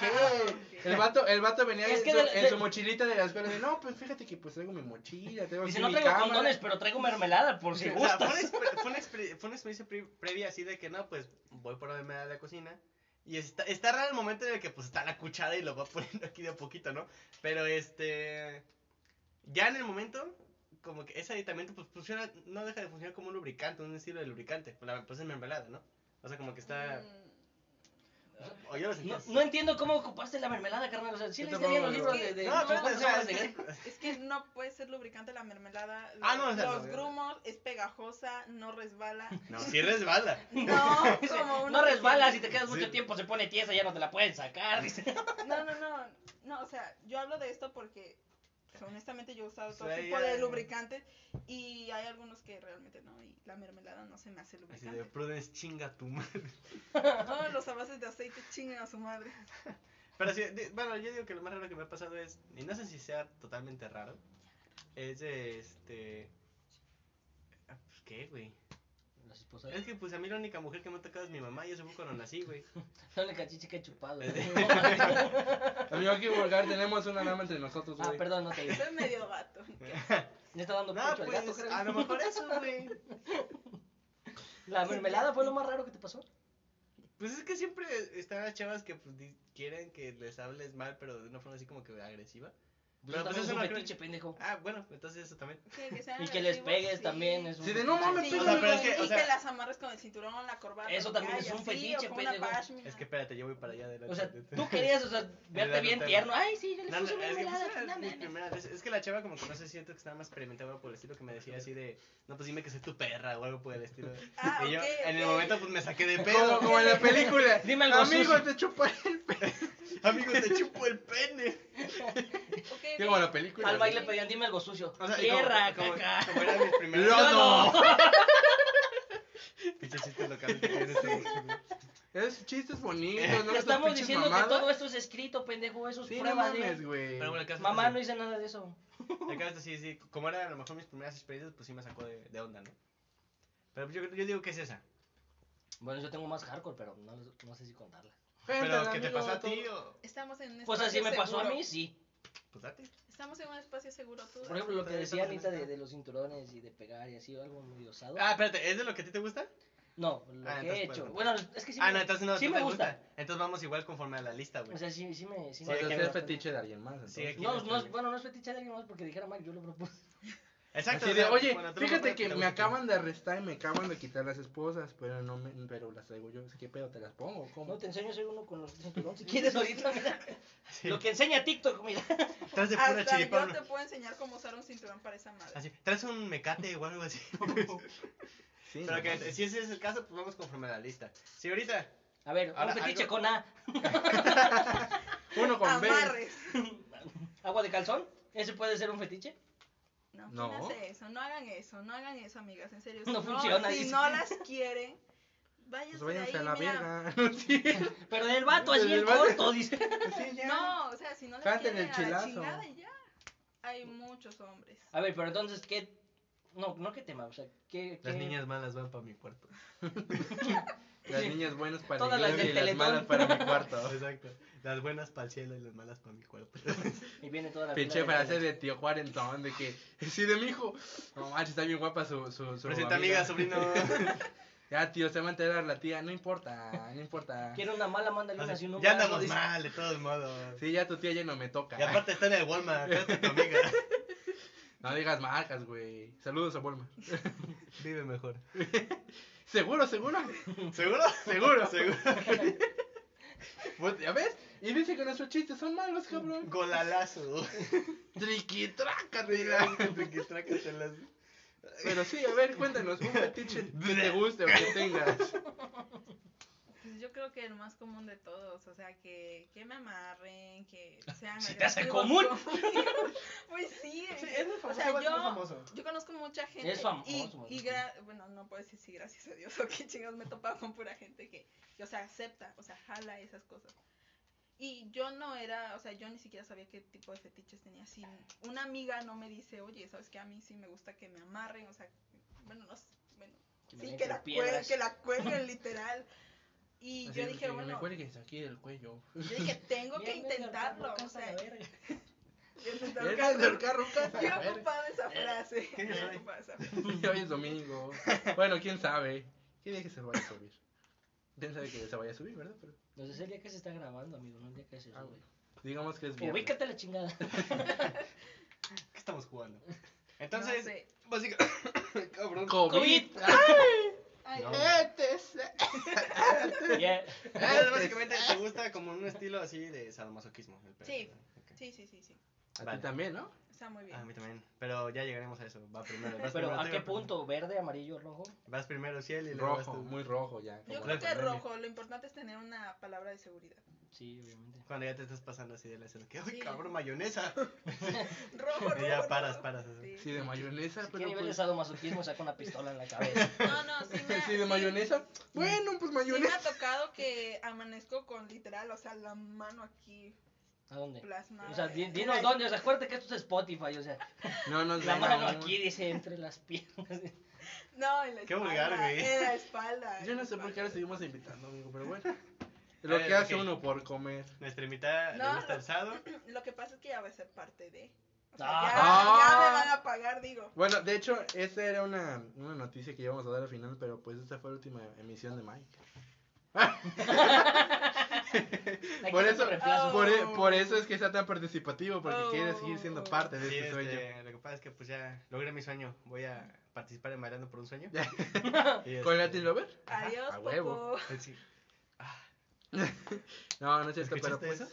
B: El vato, el vato venía
C: Ah, Es
B: en,
C: que
B: su,
C: de-
B: en
C: de-
B: su mochilita de la escuela, de, no, pues fíjate que pues traigo mi mochila, traigo
C: Dice,
B: aquí
C: no
B: mi
C: traigo
B: cámara".
C: condones, pero traigo mermelada, por si
A: O
C: <laughs>
A: sea, fue
C: gustas.
A: una, exper- fue, una exper- fue una experiencia pre- previa así de que no, pues voy por la mermelada de la cocina. Y está, está raro el momento en el que pues está la cuchara y lo va <laughs> poniendo aquí de a poquito, ¿no? Pero este. Ya en el momento, como que ese aditamento pues funciona, no deja de funcionar como un lubricante, un estilo de lubricante. Pues la pues es mermelada, ¿no? O sea, como que está.
D: Mm,
A: O yo lo sentí
C: No,
A: así.
C: no entiendo cómo ocupaste la mermelada, carnal. O sea, sí
B: Yo
C: leíste bien los
B: tampoco-
C: libros de. de
A: No, espérate,
C: ¿cuántos
A: o sea,
C: horas de
A: es-
C: Grecia?
D: Es que no puede ser lubricante la mermelada.
A: <laughs> Ah, no, o sea,
D: Los
A: no,
D: grumos, es pegajosa, no
A: <laughs>
D: resbala.
A: No, sí resbala.
D: No, como uno
C: No
D: que
C: resbalas
D: tiene-
C: y te quedas mucho
A: Sí.
C: tiempo, se pone tiesa, ya no te la pueden sacar. Dice.
D: <laughs> No, no, no. No, o sea, yo hablo de esto porque pues, honestamente yo he usado todo
A: Sí,
D: tipo
A: ya,
D: de
A: ya.
D: lubricantes y hay algunos que realmente no, y la mermelada no se me hace
A: Así de
D: lubricante.
A: Prudence chinga tu madre.
D: Todos los avances de aceite chingan a
A: <laughs>
D: su madre.
A: Pero sí, di- bueno, yo digo que lo más raro que me ha pasado es, y no sé si sea totalmente raro, es de este... ah, pues, ¿Qué, güey?
C: Los esposos. <laughs>
A: Es que pues a mí la única mujer que me ha tocado es mi mamá, y eso fue cuando nací, güey.
C: La única chichi que he chupado.
A: Es
C: <laughs>
B: Amigo, aquí vulgar tenemos una dama entre nosotros, güey.
C: ah, perdón, no te
D: Eso
C: dije.
D: es medio gato.
C: Le está
A: <laughs>
C: dando
A: No,
C: pecho al gato,
A: pues
C: creo.
A: a lo mejor eso, güey.
C: La mermelada fue lo más raro que te pasó.
A: Pues es que siempre están las chavas que pues, di- quieren que les hables mal, pero de una forma así como que agresiva.
C: Pero
A: Pero, pues,
C: también es
A: eso
C: un
A: no creo-
C: fetiche, pendejo.
A: Ah, bueno, entonces eso también.
D: Que- que sean
C: Y que les
D: agresivos,
C: pegues
D: sí.
C: también es un.
B: Sí, de, "No mames,
D: Sí,
A: O
B: pégale,
A: sea,
D: y-
A: pero es que,
D: y
A: o sea-
D: que las amarres con el cinturón, la corbata.
C: Eso
D: que
C: también
D: hay
C: es un
D: así, o
C: fetiche,
D: con una
C: pendejo.
D: pashmina.
A: Es que espérate, yo voy para allá adelante.
C: O sea,
A: <laughs>
C: tú querías, o sea, verte
A: la
C: bien
A: Nutella.
C: tierno. Ay, sí, yo le
A: No, no,
C: puse
A: es que, pues,
C: mermelada.
A: era
C: no
A: mi
C: mames.
A: primera vez. Es que la chava como que no se siente que estaba más experimentada por el estilo que me decía así de, no, pues dime que soy tu perra o algo por el estilo.
D: Ah,
A: y yo
D: ok,
A: en el
D: ok.
A: momento pues me saqué
B: <laughs>
A: de
B: Como,
A: pedo. <laughs>
B: como
C: <laughs>
B: en la película.
C: Dime algo
B: Amigo,
C: sucio.
B: te chupo el pelo.
A: Amigo, te chupo el pene.
D: Ok,
B: Como en pues,
D: ok.
B: la película.
C: Al baile pedían, dime algo sucio.
A: O sea, y como-
C: Tierra,
A: como,
C: caca.
A: como era mi
B: <laughs>
A: primera
B: Lo-
A: vez.
B: no.
A: <laughs> Pinche chiste local que tiene este güey.
B: Es chistes bonitos, no
C: Te estamos
B: Esas pinches
C: diciendo que
B: mamadas.
C: todo esto es escrito, pendejo. Eso es
B: Sí, no
C: prueba de-
B: mames, güey.
A: Pero bueno, el caso
C: Mamá
A: es
C: no
A: que-
C: hice nada de eso.
A: el caso es que sí, sí, como era a lo mejor mis primeras experiencias, pues sí me sacó de, de onda, ¿no? Pero yo, yo digo que es esa.
C: Bueno, yo tengo más hardcore, pero no, no sé si contarla.
B: Cuéntale,
A: Pero que te
B: amigo,
A: pasó a
B: todo.
A: ti o...
D: Estamos en un
C: Pues así
D: espacio
C: me pasó a
D: seguro.
C: mí, sí.
A: Pues date.
D: Estamos en un espacio seguro. Tú
C: Por ejemplo, lo que
A: Todavía
C: decía
A: estamos en
C: Anita de,
A: esta.
C: de los cinturones y de pegar y así, algo muy osado.
A: Ah, espérate, ¿es de lo que a ti te gusta?
C: no, lo
A: ah,
C: que he
A: entonces puedes
C: hecho. Bueno, es que sí
A: ah,
C: me,
A: no, entonces no,
C: sí
A: no
C: me
A: te
C: gusta.
A: Entonces vamos igual conforme a la lista, güey.
C: O sea, sí, sí me... Sí
A: O
B: O
A: sea, pues,
B: sea,
C: me
A: que
B: es
A: me
B: el
C: bastante.
B: fetiche de alguien más. entonces.
A: Sí, aquí-
C: No, no, es-
A: también.
C: bueno, no es fetiche de alguien más porque dijera mal, yo lo propuse.
A: Exacto.
B: Así
A: o
B: de,
A: sea,
B: oye,
A: bueno, tú lo
B: fíjate
A: compras,
B: que
A: te
B: me
A: gusta".
B: acaban de arrestar y me acaban de quitar las esposas, pero no me, pero las traigo yo. ¿Qué pedo? ¿Te las pongo? o ¿Cómo?
C: No, te enseño a hacer uno con los cinturón si <laughs> quieres ahorita, mira.
A: Sí.
C: Lo que enseña TikTok, mira.
A: Traes de pura
D: Hasta yo te
A: chiripón.
D: puedo enseñar cómo usar un cinturón para esa madre.
A: Así, traes un mecate o algo
B: <laughs>
A: así.
B: Sí,
A: Pero
B: no
A: que
B: mames.
A: si ese es el caso, pues vamos conforme a la lista. Sí, ahorita.
C: A ver,
A: Ahora,
C: un fetiche
A: algo-
C: con A.
B: Uno con B.
D: Amarres.
C: ¿Agua de calzón? ¿Ese puede ser un fetiche?
D: No,
B: No.
D: ¿quién hace eso? No hagan eso, no hagan eso, amigas, en serio.
C: <laughs>
D: Si
C: No funciona,
D: Si
C: dice.
D: no las quieren, váyanse
B: Pues váyanse
D: de
B: a la
D: ahí, mira.
C: <laughs>
B: verga. No, sí.
C: Pero del vato, así
B: Del
C: en
B: vato.
C: corto, dice.
B: Pues Sí, ya.
D: No, o sea, si no las
B: Cállate en
D: quieren,
B: el
D: a la
B: chilazo.
D: chingada y ya. Hay muchos hombres.
C: A ver, pero entonces, ¿qué...? No, no qué tema, o sea, ¿qué...?
A: Las
C: qué-
A: niñas malas van para mi cuarto.
B: Las niñas buenas para
C: Todas
B: la
C: las del
B: iglesia y las
C: Teletón.
B: malas para mi
C: <laughs>
B: cuarto.
A: <laughs> Exacto. Las buenas para el cielo y las malas para mi
B: <laughs>
A: cuarto.
C: Y viene toda la fila
B: Pinche
C: de
B: frase
C: novias.
B: de tío Juarentón, de que, sí, de mi hijo. No manches, está bien guapa su, su, su
A: Presenta amiga,
B: <laughs>
A: sobrino.
B: Ya, tío, se va a enterar la tía. No importa, no importa.
C: Quiero una mala, mándale una.
A: Así,
C: Si no,
A: ya
C: mala,
A: andamos
C: dice.
A: mal, de todos modos.
B: Sí, ya tu tía ya no me toca.
A: Y aparte está en el Walmart, trate a tu
B: <laughs>
A: amiga.
B: No digas marcas, güey. Saludos a Walmart.
A: Vive mejor.
B: Seguro, seguro.
A: ¿Seguro?
B: <laughs> Seguro.
A: Seguro.
B: Pues, ya ves. Y dice que nuestros chistes son malos,
A: <laughs>
B: cabrón.
A: Golalazo.
B: Triquitraca,
A: Mira,
B: <laughs> mira.
A: que trácatelas.
B: Pero sí, a ver, cuéntanos un fetiche que te guste o que tengas.
D: Pues yo creo que el más común de todos, o sea, que, que me amarren, que sean
C: Se Ah, te hace
D: agresivos
C: común.
D: conmigo. <laughs> pues sí, o sea, yo, yo conozco mucha gente
C: Es famoso,
D: y,
C: güey.
D: y gra- bueno, no puedo decir si gracias a Dios <laughs> o qué chingados me he topado con pura gente que, que, o sea, acepta, o sea, jala esas cosas. Y yo no era, o sea, yo ni siquiera sabía qué tipo de fetiches tenía. Si una amiga no me dice, oye, ¿sabes qué? A mí sí me gusta que me amarren, o sea, bueno, no sé, bueno,
C: Que me
D: sí,
C: den
D: que
C: con
D: la, cuelguen,
C: piedras.
D: que la
C: <laughs>
D: cuelguen, literal. Y
B: Así
D: yo
B: que
D: dije,
B: Me
D: bueno,
B: cuelgues aquí del cuello.
D: yo dije, tengo
C: <laughs> Ya
D: que
C: me
D: intentarlo,
C: agarró
D: o sea,
C: la verga.
D: yo intentaba-
B: Eres del carro, casa.
D: yo
B: a
D: <laughs>
B: ver.
D: ocupaba esa frase.
A: ¿Qué
D: yo
A: soy?
D: ocupaba esa frase.
B: Y hoy es domingo. Bueno, quién sabe. ¿Qué día que se vaya a subir? ¿Quién sabe que se vaya a subir, verdad? Pero
C: No sé, es el día que se está grabando, amigo, no el día que se
B: Ah,
C: sube.
B: digamos que es viernes.
C: Ubícate
B: <laughs>
C: la chingada.
A: ¿Qué estamos jugando? Entonces,
D: No sé.
A: <laughs> Ah,
C: <laughs>
A: básicamente. Cabrón.
B: COVID.
C: COVID.
D: Ay,
C: No.
D: no.
C: Yeah.
A: Entonces, básicamente te gusta como un estilo así de sadomasoquismo. El pedo,
D: Sí.
A: ¿no? Ok.
D: Sí, sí, sí, sí.
B: A
A: Vale.
B: ti también, ¿no?
D: Está muy bien.
A: A mí también. Pero ya llegaremos a eso. Va primero. vas
C: Pero
A: primero, tú,
C: ¿a qué
A: vas primero.
C: punto? ¿Verde, amarillo, rojo?
A: Vas primero, Ciel, y luego vas
B: Rojo,
A: tú.
B: muy rojo ya. como
D: Yo
B: la
D: creo que es
B: pandemia.
D: rojo. Lo importante es tener una palabra de seguridad.
C: Sí, obviamente.
A: Cuando ya te estás pasando así de la escena. Que, ¡ay,
D: Sí.
A: cabrón, mayonesa! <laughs>
D: Rojo, rojo.
A: Y ya
D: rojo.
A: paras, paras. así.
D: Sí.
B: Sí, de mayonesa,
C: Si
B: pero.
C: quiere nivel de
B: pues-
C: sadomasoquismo, saca una pistola en la cabeza.
D: No, no, sí. Me,
B: <laughs> Sí, de mayonesa. Bueno, pues
D: Sí me
B: mayonesa.
D: ha tocado que amanezco con literal, o sea, la mano aquí
C: ¿A dónde?
D: plasmada.
C: Eh, O sea, di-
D: en
C: dinos
D: <laughs> la-
C: dónde. O sea, acuérdate que esto es Spotify. O sea,
B: No, no,
C: la
B: no,
C: mano
B: no.
C: aquí dice entre las piernas. <laughs>
D: No, en la espalda.
A: Qué vulgar, güey.
D: En la espalda.
B: Yo
D: en
B: no
D: la
B: sé por qué ahora
D: espalda.
B: seguimos invitando, amigo, pero bueno.
A: A
B: Lo
A: ver,
B: que hace
A: ok.
B: uno por comer.
A: Nuestra invitada
D: No,
A: le gusta
D: no.
A: el sado.
D: Lo que pasa es que ya va a ser parte de. O sea, ya,
B: Ah.
D: ya me van a pagar, digo.
B: Bueno, de hecho, esa era una, una noticia que íbamos a dar al final, pero pues esta fue la última emisión de Mike.
C: Hay
B: Por
C: que
B: eso,
C: hacer
D: ah,
C: reemplazo.
B: por, e- por eso es que está tan participativo, porque
D: Oh.
B: quiere seguir siendo parte de
A: Sí,
B: este sueño.
A: este, lo que pasa es que pues ya logré mi sueño. Voy a participar en Bailando por un Sueño.
B: <laughs> Ya.
A: Y,
B: ¿Con
A: este,
B: Latin Lover? <laughs>
A: Ajá,
D: Adiós,
B: a huevo.
D: Popo.
A: pues, sí.
B: No, no es cierto, pero
A: ¿Escuchaste
B: pues.
A: eso?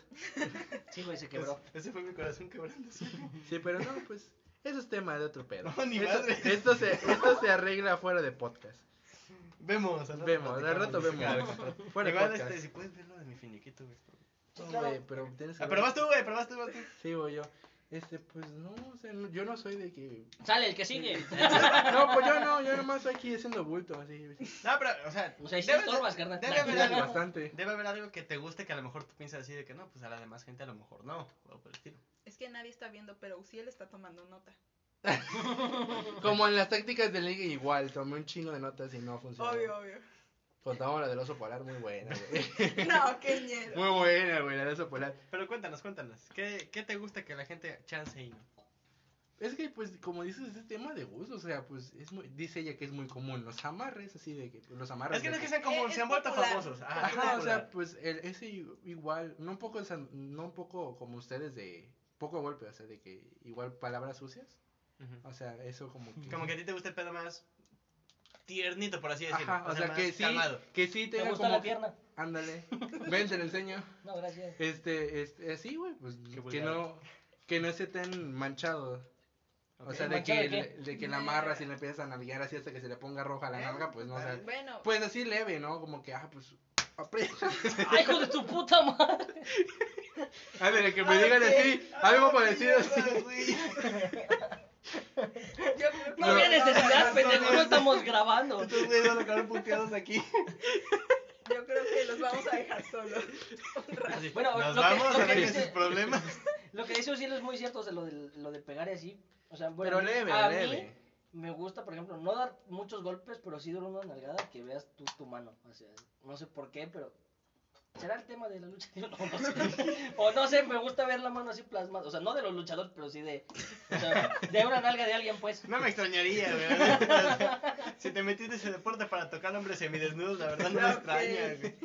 C: Sí, güey, se quebró.
A: Ese- Ese fue mi corazón quebrando.
B: <laughs> Sí, pero no, pues. Eso es tema de otro pedo.
A: <laughs> No, ni
B: Esto-
A: madre.
B: esto, se, esto se arregla fuera de podcast.
A: Vemos. al rato
B: Vemos, al rato
A: platicamos,
B: vemos.
A: claro.
B: Fuera de
A: Igual,
B: podcast.
A: este, si puedes verlo de mi finiquito, güey.
B: No,
C: claro.
B: güey, pero tienes que
A: Ah, pero
B: ver-
A: vas tú, güey, pero vas tú, vas tú.
B: Sí, voy yo. Este, pues no, o sea, no- yo no soy de que.
C: Sale el que sigue. ¿Eh?
B: No, pues yo no, yo nomás estoy aquí haciendo bulto, así.
A: <laughs> No, pero, o sea,
C: O sea, ahí sí
A: debe de-
C: estorbas, carnal.
A: debe haber
B: Mírale
A: algo.
B: bastante.
A: Debe haber algo que te guste que a lo mejor tú piensas así de que no, pues a la demás gente a lo mejor no, o por el estilo.
D: Es que nadie está viendo, pero Uciel está tomando nota.
B: Como en las tácticas de liga igual, tomé un chingo de notas y no funcionó.
D: Obvio,
B: <laughs>
D: obvio.
B: Contamos la del oso polar, muy buena, güey. <laughs>
D: No, qué ñero.
B: Muy buena, güey, la del oso polar.
A: Pero cuéntanos, cuéntanos, ¿qué, qué te gusta que la gente chance y no?
B: Es que, pues, como dices, es tema de gusto, o sea, pues, es muy, dice ella que es muy común, los amarres, así de que, pues, los amarres.
A: Es que no es
B: de
A: que sean como,
D: Eh, Es-
A: se han
D: es
A: vuelto
D: popular.
A: famosos. Ah, es
B: Ajá, o sea,
A: popular.
B: pues, el, ese i- igual, no un poco, san- no un poco como ustedes de, poco golpe, o sea, de que igual palabras sucias,
A: Ujú.
B: o sea, eso como que.
A: Como que a ti te gusta el pedo más tiernito, por así decirlo.
B: Ajá, o sea, que sí,
A: calmado.
B: que sí
C: ¿Te
B: tenga
C: gusta
B: como
C: la
B: que-
C: pierna?
B: Ándale, ven, te lo enseño.
C: No, gracias.
B: Este, este, así, güey, pues que
A: vulgar.
B: no, que no esté tan manchado. O
A: Ok.
B: sea, de
C: ¿Manchado
B: que,
C: de qué?
B: le- de que la amarras y la empiezas a navegar así hasta que se le ponga roja la nalga, pues no, o sea,
D: Bueno,
B: pues así leve, ¿no? Como que, ah, pues, aprieta.
C: ¡Ay, hijo de tu puta madre!
B: <laughs> Ándale, que me digan así, algo parecido así.
D: <laughs> yo creo que.
C: No había necesidad, pendejo, no estamos grabando.
A: Estos güeyes van a acabar puteados aquí.
D: Yo creo que los vamos a dejar solos. Un rato.
A: Así,
C: Bueno,
A: nos
C: lo que-
A: vamos
C: lo
A: a
C: que
A: ver
C: dice-
A: sus problemas.
C: Lo que dice Ociel es muy cierto, o sea, lo del- lo de pegar y así. O sea, bueno,
B: Pero leve,
C: a
B: <laughs>
C: mí
B: leve.
C: me gusta, por ejemplo, no dar muchos golpes, pero sí dar una nalgada que veas tú tu mano. O sea, no sé por qué, pero será el tema de la lucha. <laughs> Yo no, no sé. O no sé, me gusta ver la mano así plasmada. O sea, no de los luchadores, pero sí de, o sea, de una nalga de alguien, pues.
A: No me extrañaría, güey. Si te metiste ese deporte para tocar hombres semidesnudos, la verdad no me
D: Ok.
A: extraña, güey.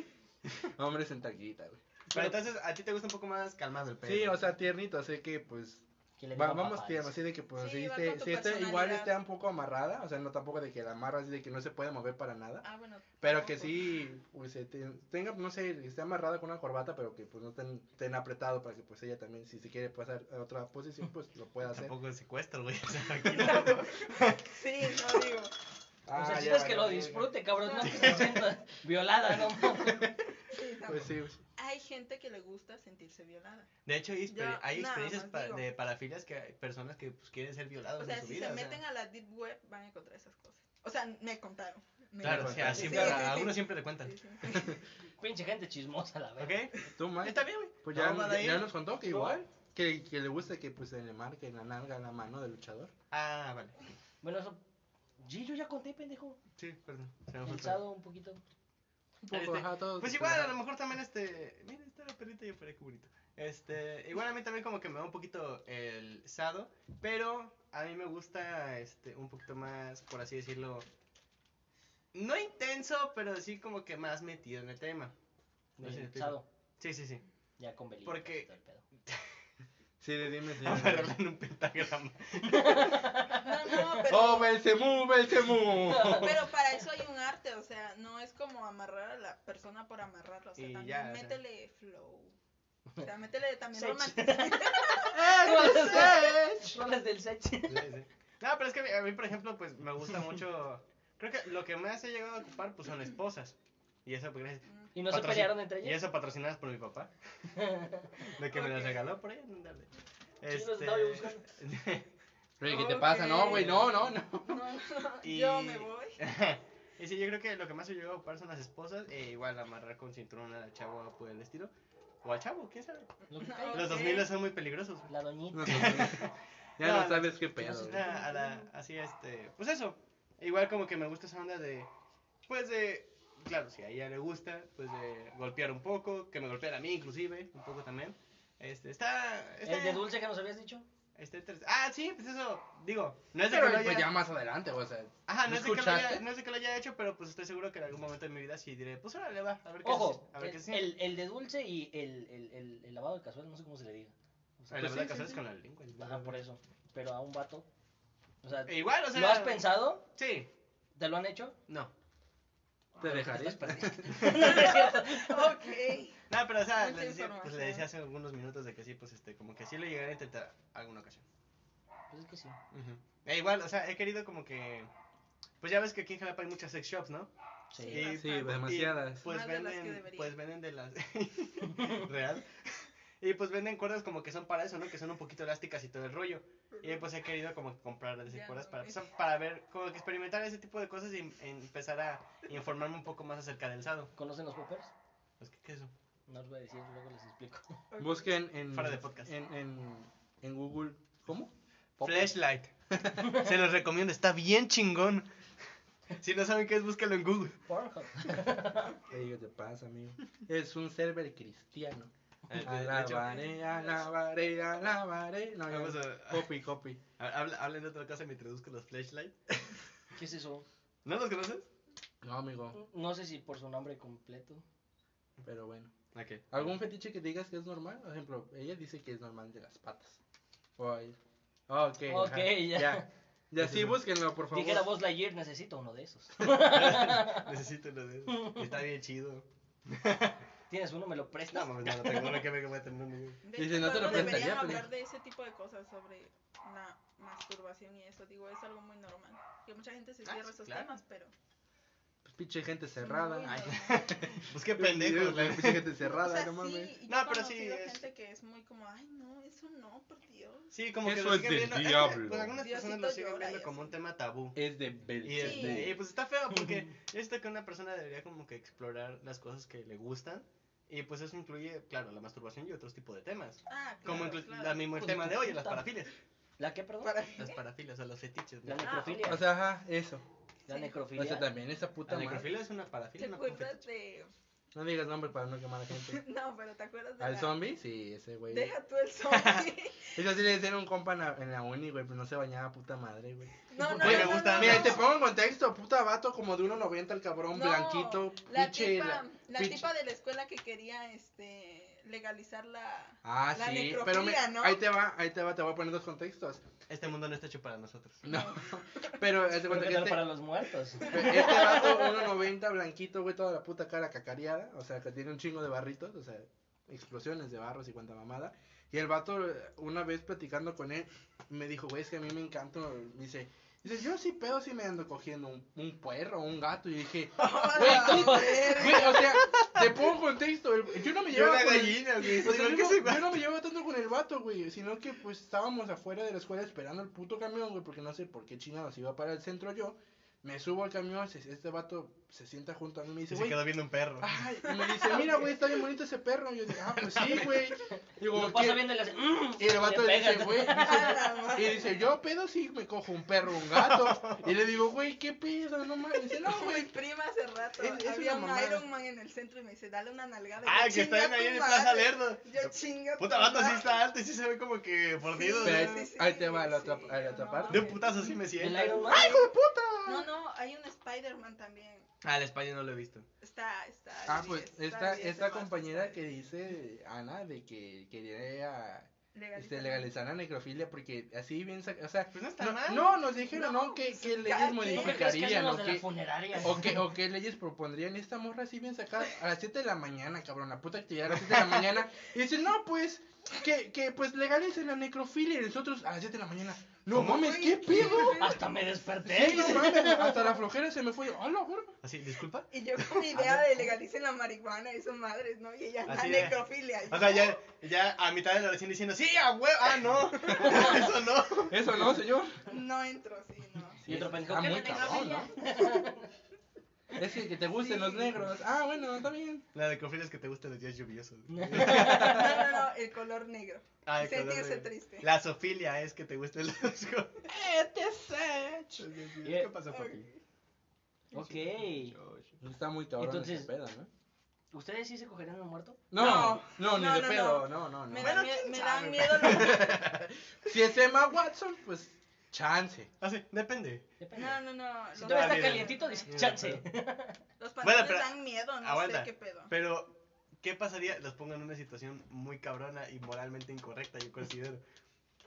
B: Hombre, en taquita, güey.
A: Pero entonces, a ti te gusta un poco más calmado el pedo.
B: Sí, o sea, tiernito, así que, pues,
C: Que le
B: va-
C: digan
B: vamos
C: papá,
B: tierno,
C: dice.
B: así de que, pues,
D: Sí,
B: sí,
D: va
B: esté-
D: con tu
B: sí esté- igual
D: personalidad.
B: esté un poco amarrada, o sea, no tampoco de que la amarras así de que no se puede mover para nada.
D: Ah, bueno.
B: Pero que
D: tampoco.
B: sí, pues, se te- tenga, no sé, que esté amarrada con una corbata, pero que pues no estén estén apretado para que pues ella también, si se quiere pasar a otra posición, pues lo pueda hacer.
A: Tampoco es secuestro, güey. <laughs> O sea, tranquilo.
D: <laughs> Sí, no digo.
C: O sea,
B: Ah,
C: el
B: ya
C: chiste es
B: valió
C: que lo
B: verga.
C: disfrute, cabrón. No que se sienta violada, no <laughs> mames.
D: Sí, tampoco.
B: Pues sí, pues,
D: Hay gente que le gusta sentirse violada.
A: De hecho, hay, exper-
D: Yo
A: hay
D: nada
A: experiencias
D: más
A: pa-
D: digo.
A: de parafilias que hay personas que pues, quieren ser violados
D: O sea,
A: en su
D: si
A: vida.
D: se
A: o sea.
D: meten a la deep web van a encontrar esas cosas. O sea, me contaron. Me
A: Claro, o
D: contaron.
A: sea,
B: Sí,
A: siempre,
D: sí,
A: a
D: sí.
A: uno siempre le cuentan.
D: Sí, sí, sí. <laughs>
C: Pinche gente chismosa, la verdad.
A: ¿Ok?
B: tú, Mike,
A: Está bien, güey.
B: pues ya,
A: No, va de
B: ya-
A: ahí.
B: ya nos contó que
A: No.
B: igual, que, que le gusta que pues se le marque la nalga, la mano del luchador.
A: Ah, vale.
C: Bueno, eso. Sí, yo ya conté, pendejo.
A: Sí, perdón. Se me fue el pedo.
C: Pensado un poquito.
B: Un poco,
A: Este,
B: ajá, todo-
A: Pues igual, a lo mejor también este. Mira, está la perrita y el cubrito. Este. Igual a mí también como que me da un poquito el sado. Pero a mí me gusta este un poquito más, por así decirlo. No intenso, pero sí como que más metido en el tema. No sé si me explico.
C: Pensado.
A: <laughs> Sí, sí, sí.
C: Ya con velita.
A: Porque-
C: todo el pedo.
B: Sí,
A: <laughs>
B: dime, señor.
A: Amarrarla en un <laughs> pentagrama.
D: No, no, pero,
B: ¡Oh, Belcemú, <laughs> Belcemú!
D: pero para eso hay un arte, o sea, no es como amarrar a la persona por amarrarla, o sea,
A: Y
D: también
A: ya, o sea.
D: métele flow. O
A: <laughs>
D: sea, métele también
C: Sexy.
D: romanticismo.
A: Ah,
C: Rolas del sexy.
A: Sí, sí. No, pero es que a mí- a mí, por ejemplo, pues me gusta mucho. Creo que lo que más he llegado a ocupar pues son esposas. Y eso, pues, gracias.
C: ¿Y no se
A: patrocin-
C: pelearon entre
A: Y
C: ellas?
A: eso patrocinadas por mi papá. De que me las
D: Ok.
A: regaló por ahí. ándale. Este,
C: Sí, los estaba yo buscando.
B: Oye, ¿qué te pasa? No, güey, no, no, no.
D: No, no, no,
A: Y-
D: yo me voy.
A: <laughs>
D: <laughs>
A: y sí, yo creo que lo que más he llegado a ocupar son las esposas. E igual amarrar con cinturón a la chava o por el estilo. O al chavo, quién sabe.
C: Lo que
D: No.
C: caiga.
A: Los
D: Ok.
A: 2000 son muy peligrosos. güey.
C: La doñita.
B: <laughs> No sé, güey. ya no,
A: No,
B: sabes qué pedo.
A: Pues,
B: güey.
A: nada, a la- así este, pues eso. Igual como que me gusta esa onda de, pues de, claro, si a ella le gusta, pues de golpear un poco, que me golpeara a mí inclusive, un poco también. Este, está, está,
C: El de dulce que nos habías dicho.
A: está interes- Ah, sí, pues eso, digo, no es de que
B: Pero
A: lo
B: pues
A: haya,
B: ya más adelante, güey, o sea.
A: ajá, no
B: ¿no
A: es de que lo
B: escuchaste?
A: haya, no es de que lo haya hecho, pero pues estoy seguro que en algún momento de mi vida sí diré, pues órale, va, a ver qué
C: Ojo,
A: se- a ver qué
C: el,
A: se-
C: el- el de dulce y el, el, el, el lavado de casual, no sé cómo se le diga. O sea,
A: Ah, la
B: pues
A: verdad
B: sí,
A: que
B: sí,
A: haces
B: sí. Ah,
A: con la lengua.
C: ajá, por eso. Pero a un vato. O sea,
A: E Igual, o sea,
C: ¿lo has pensado?
A: Sí,
C: ¿Te lo han hecho? Ah,
A: no.
B: Te dejaré.
C: Estás
A: <laughs>
C: perdiendo. <laughs> No, no es cierto.
D: Ok.
A: No, pero o sea,
D: Mucha
A: les decía, pues, le
D: información.
A: decía hace algunos minutos de que sí, pues este, como que sí lo llegaré a intentar alguna ocasión.
C: Pues es que sí.
A: E igual, o sea, he querido como que. Pues ya ves que aquí en Jalapa hay muchas sex shops, ¿no?
C: Sí.
D: Sí.
B: Sí,
D: bastante.
B: demasiadas.
A: Y, pues
D: Más de las que
A: venden,
D: deberían.
A: pues venden de las <laughs> real. <laughs> Y pues venden cuerdas como que son para eso, ¿no? Que son un poquito elásticas y todo el rollo. Y pues he querido como que comprar de esas
D: Ya,
A: cuerdas para,
D: ok.
A: o sea, para ver, como que experimentar ese tipo de cosas y em- empezar a informarme un poco más acerca del sado.
C: ¿Conocen los poppers?
A: Pues, ¿qué, qué es eso?
C: No os voy a decir, luego les explico. <laughs>
D: ok.
B: Busquen en,
A: pues, Fuera de podcast.
B: en, en, en Google. ¿Cómo?
A: Flashlight. <laughs> Se los recomiendo, está bien chingón. Si no saben qué es, búscalo en Google.
C: Pornhub.
B: Ey, ¿Qué te pasa, amigo? Es un server cristiano.
A: Eh, de- <laughs> de hecho, Ah, pues,
B: Alabaré, alabaré, alabaré. No, ya
A: Vamos
B: no.
A: a-
B: Copy, copy.
A: A ver, habla- hablen de otra cosa me traduzco los flashlight.
C: ¿Qué es eso?
A: ¿No los conoces?
B: No, amigo,
C: No sé si por su nombre completo.
B: pero bueno.
A: Ok.
B: ¿Algún fetiche que digas que es normal? Por ejemplo, ella dice que es normal de las patas. Ay. Ok,
C: Ok,
B: ajá,
C: ya.
B: Ya, Ya, sí, búsquenlo, por favor.
C: Dijera vos Lightyear, necesito uno de esos. <laughs>
A: Necesito uno de esos. Está bien chido.
C: ¿Tienes uno? ¿Me lo
A: No
C: prestas?
A: mames, no lo tengo. No que me voy a tener uno.
D: De
B: Dice,
D: hecho,
B: no te lo
D: luego
B: prestaría,
D: deberían
B: pero-
D: hablar de ese tipo de cosas sobre la masturbación y eso, digo, es algo muy normal. Que mucha gente se
A: Ah,
D: cierra
A: sí,
D: esos
A: claro.
D: temas, pero
B: Pues, pinche gente
D: es
B: cerrada.
D: muy
B: Ay, <laughs>
D: normal.
A: Pues qué pendejos, la
B: Pinche gente
D: <laughs> O
B: cerrada,
D: sea,
B: no mames.
D: sí, y
A: No,
D: yo he
A: pero sí
D: conocido
A: es-
D: gente que es muy como, ay, no, eso no, por Dios.
A: Sí, como que
B: Eso
A: lo
B: es
A: siguen
B: del
A: viendo. eh,
B: diablo.
A: pues algunas personas
D: Diosito
A: lo siguen
D: llora y
A: viendo como
D: así.
A: un tema tabú.
B: Es de
A: Y,
B: Belcebú.
A: este, y pues está feo porque yo siento que una persona debería como que explorar las cosas que le gustan. Y pues eso incluye, claro, la masturbación y otros tipos de temas.
D: Ah, claro,
A: Como inclu-
D: claro.
A: la mismo el
C: Pues,
A: tema de hoy, las
C: puta.
A: parafilias.
C: ¿La qué, perdón?
D: Para-
A: Las parafilias, o los fetiches.
C: La
A: ¿no?
D: Ah,
C: necrofilia.
B: O sea, ajá, eso.
C: la
D: sí.
C: necrofilia.
B: O sea, también esa puta
A: La
B: madre.
A: necrofilia es una
D: ¿Te
A: parafilia. no como
D: acuerdas
A: fetiche.
D: de...? <laughs>
B: No digas nombre para no quemar a gente.
D: No, pero ¿te acuerdas de
B: ¿Al
D: la-
B: zombie? Sí, ese güey.
D: Deja tú el zombie.
B: Eso sí le hicieron un compa en la, en la uni, güey, pero no se bañaba puta madre, güey.
D: No, no,
A: Güey,
D: no,
A: me
D: no,
A: gusta-
D: no,
B: Mira,
D: no.
B: y te pongo en contexto, puta vato como de 1.90 el cabrón,
D: No,
B: blanquito,
D: la
B: pinche,
D: tipa, la,
B: la- pinche-
D: tipa de la escuela que quería este legalizar la
B: Ah,
D: la
B: sí,
D: necrofilia,
B: pero mira,
D: ¿no?
B: ahí te va, ahí te va, te voy a poner dos contextos.
A: Este mundo no está hecho para nosotros.
B: No, <laughs> pero haz de
C: Creo
B: cuenta
C: que
B: que
C: tal
B: este,
C: para los muertos.
B: este vato 1.90 blanquito, güey, toda la puta cara cacareada, o sea, que tiene un chingo de barritos, o sea, explosiones de barros y cuanta mamada. Y el vato, eh, una vez platicando con él, me dijo, güey, es que a mí me encanta, me dice... Dice, yo sí pedo si me ando cogiendo un, un puerro o un gato. Y dije, güey,
D: <laughs>
B: ¿qué Güey, o sea, te pongo contexto. el- Yo no me
A: Yo
B: llevaba
A: era
D: pues,
B: con el-
A: gallina, güey,
B: o sea,
A: sino
B: yo,
A: que
B: no,
A: se
B: yo no me llevaba tanto con el vato, güey. Sino que pues estábamos afuera de la escuela esperando el puto camión, güey. Porque no sé por qué chingados iba para el centro yo. Me subo al camión, se- este vato se sienta junto a mí y me dice,
A: Y se
B: güey.
A: quedó viendo un perro.
D: Ah,
B: Ay, y me dice, mira, güey, está bien bonito ese perro. Y yo digo, ah, pues
C: <laughs>
B: sí, güey. Digo,
C: Lo pasa
B: "¿Qué?".
C: viendo y le hace. "Mm",
B: Y el vato le dice,
C: pegas. <laughs>
B: güey, dice, y dice, yo pedo sí me cojo un perro o un gato. Y le digo, güey, ¿qué pedo? No mames. Dice, no,
D: Mi
B: güey,
D: prima hace rato
B: Es- es
D: había
B: una
D: un
B: mamada.
D: Iron Man en el centro y me dice, dale una nalgada. Y
A: Ah,
D: yo,
A: que
D: "Chinga
A: están
D: tu
A: ahí en
D: madre".
A: Plaza Lerdo.
D: Yo chinga.
A: Puta
D: tu
A: vato sí
D: madre".
A: está alto y sí se ve como que mordido.
B: Pero ahí,
A: ¿no?
D: sí,
B: ahí te va la
D: sí,
B: otra, a la otra
D: no
B: parte.
A: De
D: mames.
A: un putazo sí me siento.
C: El Iron Man.
D: No, no, hay un Spider-Man también.
A: Ah, el España no lo he visto.
D: Está, está.
B: Ah,
D: sí,
B: pues
D: está
B: esta,
D: bien,
B: esta
D: se pasa,
B: compañera
D: está
B: que dice Ana de que quería este, legalizar la necrofilia porque así bien... sac- O sea,
A: Pues no está
B: no,
A: mal.
B: no, nos dijeron, ¿no?
D: No,
B: que
D: pues,
B: qué
D: cada
B: leyes
D: quien.
C: ¿Tú qué crees que
B: modificarían
C: hacen los
B: o
C: de las
B: qué,
C: funerarias?
B: o, qué, o qué leyes propondrían? Esta morra así bien sacada a las 7 de la mañana, cabrón, la puta actividad a las 7 de la mañana. Y dicen, no, pues, que, que pues legalicen la necrofilia y nosotros a las 7 de la mañana. No
A: ¿Cómo,
B: mames,
A: güey?
B: ¿qué pedo?
C: Hasta me desperté.
B: Sí, no mames, hasta la flojera se me fue. Yo, ¡Hola, güey!
A: Así, disculpa.
D: Y yo con mi
B: Ah,
D: idea de legalicen la marihuana y sus madres, ¿no? Y ella, la
A: Así de-
D: necrofilia.
A: O sea, ya, ya a mitad de la oración diciendo, sí, a huevo, ah, no, <laughs> eso no.
B: Eso no, señor.
D: No entro, sí, no.
C: Y otro pendejo,
B: Ah,
C: ¿qué
B: muy
C: la
B: cabrón, ¿no? Es que, que te gusten los negros. Ah, bueno, está bien.
A: La de confines que te gustan los días lluviosos.
D: No, no, no, el color negro.
A: Ah, el color
D: Sentirse
A: negro.
D: triste.
A: La sofilia es que te gusten los <laughs> colores.
D: ETC.
A: ¿Qué pasó, papi?
C: <laughs> Ok.
B: Está muy cabrón
C: Entonces-
B: ese pedo, ¿no?
C: ¿Ustedes sí se cogerían al muerto?
B: No, no,
D: No,
B: ni
D: no,
B: de
D: no,
B: pedo, no, no, no.
D: Me da
A: Bueno,
D: mie-
A: quién
D: me
A: sabe.
D: dan miedo
A: <laughs>
D: los...
B: Si es Emma Watson, pues chance.
A: Así, Ah, depende.
C: Depende.
D: No, no, no.
C: Si
D: los-
C: todavía está
A: mira.
C: calientito, dice
A: Mira,
B: <laughs>
C: chance.
A: Bueno,
D: Los pantalones
A: pero-
D: dan miedo, no
A: aguanta.
D: sé qué pedo.
A: Pero, ¿qué pasaría? Los pongo en una situación muy cabrona y moralmente incorrecta, yo considero.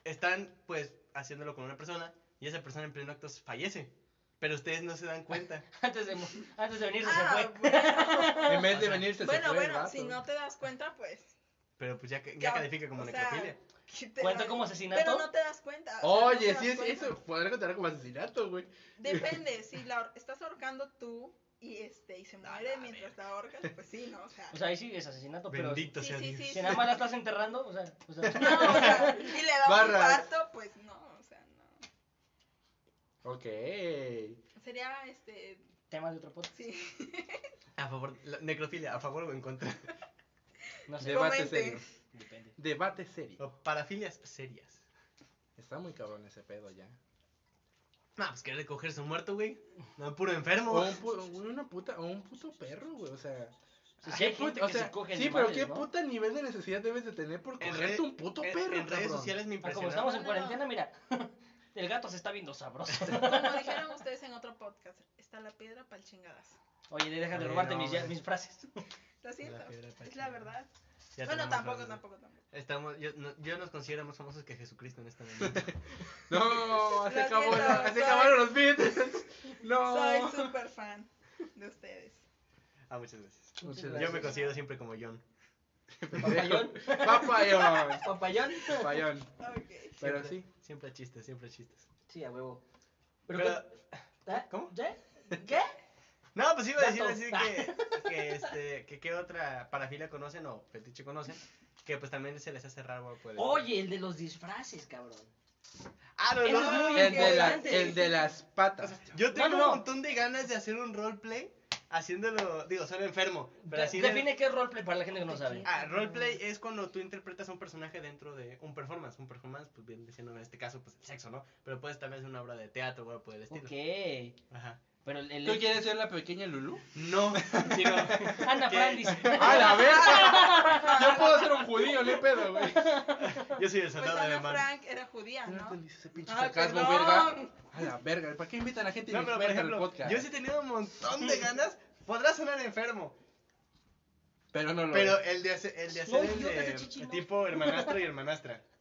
A: Están, pues, haciéndolo con una persona y esa persona en pleno acto fallece. Pero ustedes no se dan cuenta.
C: Antes de, mo- antes de venirse
D: Ah,
C: se fue.
A: <laughs>
B: En vez
A: O
B: de
A: sea,
B: venirse se
D: Bueno,
B: fue el
D: bueno,
B: vato.
D: si no te das cuenta, pues.
A: Pero, pues, ya, ca- ya
D: Ya,
A: califica como
D: o sea,
A: necrofilia.
D: que te-
C: ¿Cuenta como asesinato?
D: Pero no te das cuenta. o sea, no te
B: Oye,
D: das
B: si es
D: cuenta.
B: eso, podría contar como asesinato, güey.
D: Depende, si la ahor- estás ahorcando tú y este y se muere mientras la ahorcas, pues sí, ¿no?
A: <laughs>
D: O sea.
C: O sea, ahí sí es asesinato, pero si
A: Bendito
D: sí,
A: sea
D: sí,
A: Dios.
D: sí,
C: nada más la estás enterrando, o sea, o sea,
D: No, o <laughs> sea, si le da un
B: Barras.
D: infarto, pues no, o sea, no.
B: Ok.
D: Sería este.
C: tema de otro podcast.
D: Sí.
A: A favor, la- necrofilia, a favor o en contra. <laughs>
C: No sé,
B: Debate
D: Comente.
B: serio.
C: depende.
B: Debate serio.
A: O parafilias serias.
B: Está muy cabrón ese pedo ya.
A: No, pues querer recoger su muerto, güey. No, puro enfermo.
B: O un, pu- o una puta, o un puto perro, güey, o sea.
C: Sí, sí, hay
B: ¿qué
C: gente
B: put- o
C: que
B: sea,
C: se coge
B: sí, pero
C: animales,
B: qué
C: ¿no?
B: puta nivel de necesidad debes de tener por
A: En
B: cogerte
A: red-
B: un puto
A: en-
B: perro,
A: En redes
B: cabrón?
A: sociales me
C: Ah, como
A: impresionaba.
C: estamos en
D: No, no, no.
C: cuarentena, mira, <laughs> el gato se está viendo sabroso.
D: Como dijeron ustedes en otro podcast, está la piedra pa'l chingadas.
C: Oye, deja de
A: Oye,
C: robarte
A: no,
C: mis, ya-
A: güey.
C: mis
D: <laughs>
C: frases.
D: Lo siento.
A: La piedra pa'l
D: es la
A: chingadas.
D: verdad.
A: Ya
D: bueno,
A: tenemos
D: tampoco,
A: frases.
D: tampoco, tampoco.
A: Estamos, yo, no- yo nos considero más famosos que Jesucristo en esta momento.
D: <laughs>
B: No, se,
D: Lo
B: acabó
D: siento,
B: la- se
D: soy-
B: acabaron los bits. <laughs> No. <laughs>
D: Soy súper fan de ustedes.
A: ah, muchas gracias.
B: Muchas
A: Yo
B: gracias.
A: me considero siempre como John.
C: Papayón,
B: Papayón.
C: papayón.
B: Papayón.
D: Ok.
B: Pero
A: Siempre-
B: sí.
A: Siempre chistes, siempre chistes.
C: Sí, a huevo. Pero,
A: Pero,
C: ¿eh?
A: ¿cómo?
C: ¿Ya? ¿Qué?
A: no, pues iba a decir
C: Gato.
A: así que, que, este, que qué otra parafilia conocen o fetiche conocen, que pues también se les hace raro. güey, pues.
C: Oye, el de los disfraces, cabrón.
A: ah, no, no,
C: eso es
A: no,
C: muy
A: no.
B: El de, la-
C: importante.
B: el de las patas.
A: Yo tengo
C: No, no, no.
A: un montón de ganas de hacer un roleplay haciéndolo, digo, solo enfermo, pero
C: De-
A: así de-
C: Define qué es roleplay para la gente que no sabe.
A: Ah, roleplay es cuando tú interpretas a un personaje dentro de un performance. Un performance, pues bien diciendo en este caso, pues el sexo, ¿no? Pero puedes también hacer una obra de teatro o algo por el estilo.
C: Ok.
A: Ajá.
C: Pero el... el-
B: ¿Tú quieres ser la pequeña Lulu?
A: No, <laughs> sino.
C: Ana
A: que-
C: Brandis. <laughs>
B: ¡A la verga! Yo puedo ser un judío, no hay pedo, güey.
A: Yo soy el
D: Pues
A: soldado de
D: Ana
A: mano.
D: Frank era judía,
B: No
D: ¿no?
B: entendiste ese pinche
D: Ay,
B: sarcasmo,
D: Ah, perdón.
B: verga. A la verga. ¿Para qué invitan a gente
A: No, pero por
B: inexperta al
A: ejemplo,
B: podcast?
A: yo sí he tenido un montón
B: <laughs>
A: de ganas. Podrá sonar enfermo,
B: Pero no lo
A: pero
B: es.
A: el de hacer el, de
C: No,
A: hacer el
C: yo que
A: de-
C: sé chichi,
A: el
C: no.
A: tipo hermanastro y hermanastra.
C: <laughs>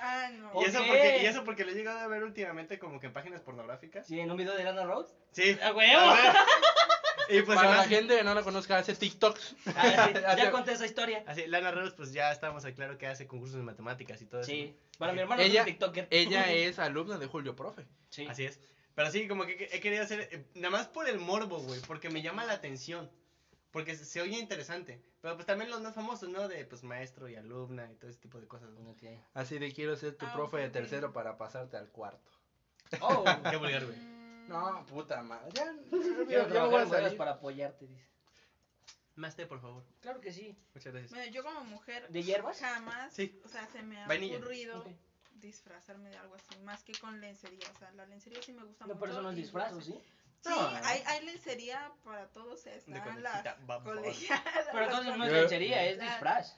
D: Ah, no.
A: Y, eso
C: Ok.
A: porque, y eso porque lo he llegado a ver últimamente como que en páginas pornográficas.
C: Sí, en un video de Lana Rhodes. <laughs>
A: Sí.
C: ¡A huevo!
A: A ver. Y pues
B: Para la
A: además-
B: gente que no la conozca, hace TikToks.
C: Ah, sí,
B: Hace-
C: ya conté esa historia.
A: Así, Lana Rhodes, pues ya estábamos al claro que hace concursos de matemáticas y todo eso.
C: Sí.
A: ¿no?
C: Para mi hermana
B: Ella,
C: es un TikToker.
B: ella es alumna de Julio Profe.
C: Sí.
A: Así es. Pero sí, como que que- he querido hacer, eh, nada más por el morbo, güey, porque me llama la atención. Porque se, se oye interesante. Pero pues también los más famosos, ¿no? De pues maestro y alumna y todo ese tipo de cosas.
B: <laughs>
A: ¿no?
C: Ok.
B: Así de quiero ser tu
D: Ah,
B: profe de
D: ok.
B: tercero para pasarte al cuarto.
C: Oh.
A: Qué vulgar, güey.
D: Mm,
B: No, puta madre. Ya,
C: Quiero
B: <laughs> ya, ya me voy
C: trabajar
B: a
C: en bodas
B: salir.
C: para apoyarte, dice.
A: Más té, por favor.
C: Claro que sí.
A: Muchas gracias.
D: Bueno, yo como mujer
C: ¿De hierbas?
D: jamás,
A: Sí.
D: o sea, se me ha
A: Vainilla.
D: ocurrido
C: Ok.
D: disfrazarme de algo así, más que con lencería, o sea, la lencería sí me gusta
C: No,
D: mucho.
C: pero eso no es
D: y-
C: disfraz, ¿o ¿sí?
D: Sí,
B: No.
D: hay, hay lencería para todos,
A: De
D: están las
A: conejita, vamos.
D: colegiadas.
C: Pero entonces no es
A: Eh.
B: Yo-
C: lencería, es
D: Claro.
C: disfraz.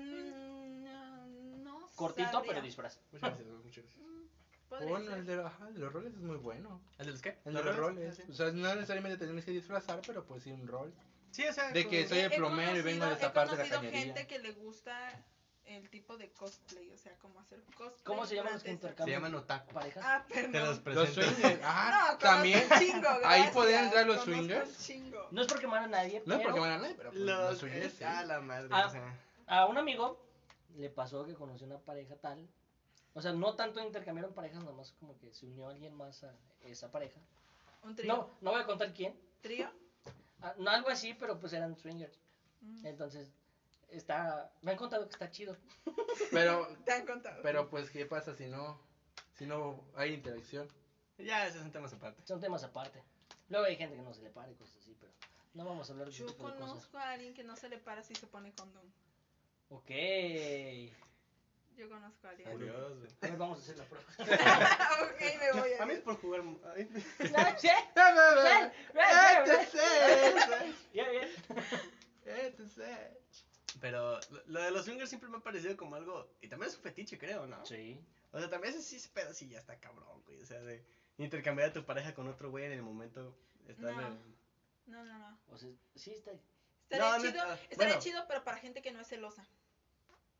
D: Mm, no, no
C: Cortito,
D: sabría.
C: pero disfraz.
A: Muchas gracias, güey, muchas gracias.
D: Mm, podría
B: Bueno, el
D: ser.
B: de, los- ajá, el de los roles es muy bueno.
A: ¿El de los qué?
B: El de los
A: roles? Ah,
B: roles. O sea, no necesariamente te tienes que disfrazar, pero pues sí un rol.
A: Sí, o sea.
B: De
A: como-
B: que soy el
D: He
B: plomero y vengo de
D: conocido-
B: esta parte de la
D: He conocido
B: cañería.
D: gente que le gusta el tipo de cosplay, o sea, como hacer cosplay.
C: ¿Cómo se llaman los que
D: durante esta-
A: Se
C: intercambian
A: llaman otaku.
C: parejas?
D: Ah,
A: Te los
D: perdón.
B: Los
A: presento.
B: <laughs> swingers.
D: No,
B: Ah,
D: conozco
B: también.
D: un chingo,
B: <laughs> Ahí podrían
D: gracias,
B: entrar los
D: conozco un
B: swingers.
D: chingo.
C: No es porque mano a nadie,
B: No es
C: pero
B: porque van a nadie, pero pues, los
A: <laughs> Los
B: swingers.
A: es
B: sí.
A: a la madre.
C: Ah.
A: o sea,
C: a un amigo le pasó que conoció una pareja tal. O sea, no tanto intercambiaron parejas, nada más como que se unió alguien más a esa pareja.
D: Un trío.
C: No, no voy a contar quién.
D: ¿Trío?
C: Ah, No, algo así, pero pues eran swingers.
D: Mm.
C: Entonces, está. Me han contado que está chido.
B: Pero,
D: Te han contado.
B: pero pues, ¿qué pasa si no, si no hay interacción? <laughs>
A: ya, esos son temas aparte.
C: Son temas aparte. Luego hay gente que no se le para y cosas así, pero no vamos a hablar de ese
D: Yo
C: tipo de cosas.
D: conozco a alguien que no se le para si se pone condón.
C: Ok. A
D: Yo conozco a <laughs> alguien.
A: Curioso. güey.
C: ver, vamos a hacer la <laughs> prueba.
D: ok, me voy
A: A
D: a
A: mí es
D: ir.
A: por jugar. ay, <laughs>
C: ¿Sí?
B: Este es el-
C: Ya, ya.
B: este es el-
A: eh, Pero lo- lo de los swingers siempre me ha parecido como algo. Y también es un fetiche, creo, ¿no?
C: Sí.
A: O sea, también ese sí se pedo, sí, ya está cabrón, güey. O sea, de intercambiar a tu pareja con otro güey en el momento. Está
D: No.
A: de-
D: No, no, no.
C: O sea, sí está.
D: Estaría
A: No, no,
D: chido,
B: ah,
A: no.
D: estaría
A: Bueno.
D: chido, pero para gente que no es celosa.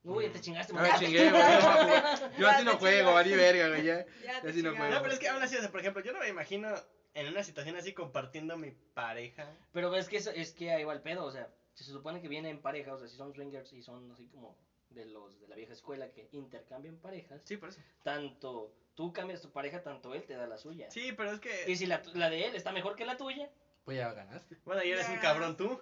C: Uy, ya te chingaste,
B: Ah, me
C: mamá.
B: chingué,
D: <laughs>
B: güey. Yo así no juego, vale verga, güey. ya.
D: Ya
B: Ya sí no
D: chingaron.
A: No, pero es que aún así, o sea, por ejemplo, yo no me imagino en una situación así compartiendo a mi pareja.
C: <laughs> Pero es que, eso- es que ahí va el pedo, o sea, si se supone que vienen en pareja, o sea, si son swingers y son así como de los de la vieja escuela que intercambian parejas,
A: Sí, por eso.
C: tanto tú cambias tu pareja, tanto él te da la suya.
A: Sí, pero es que.
C: Y si la, tu- la de él está mejor que la tuya,
B: Pues ya ganaste.
A: Bueno, y eres un
D: Ya.
A: cabrón tú.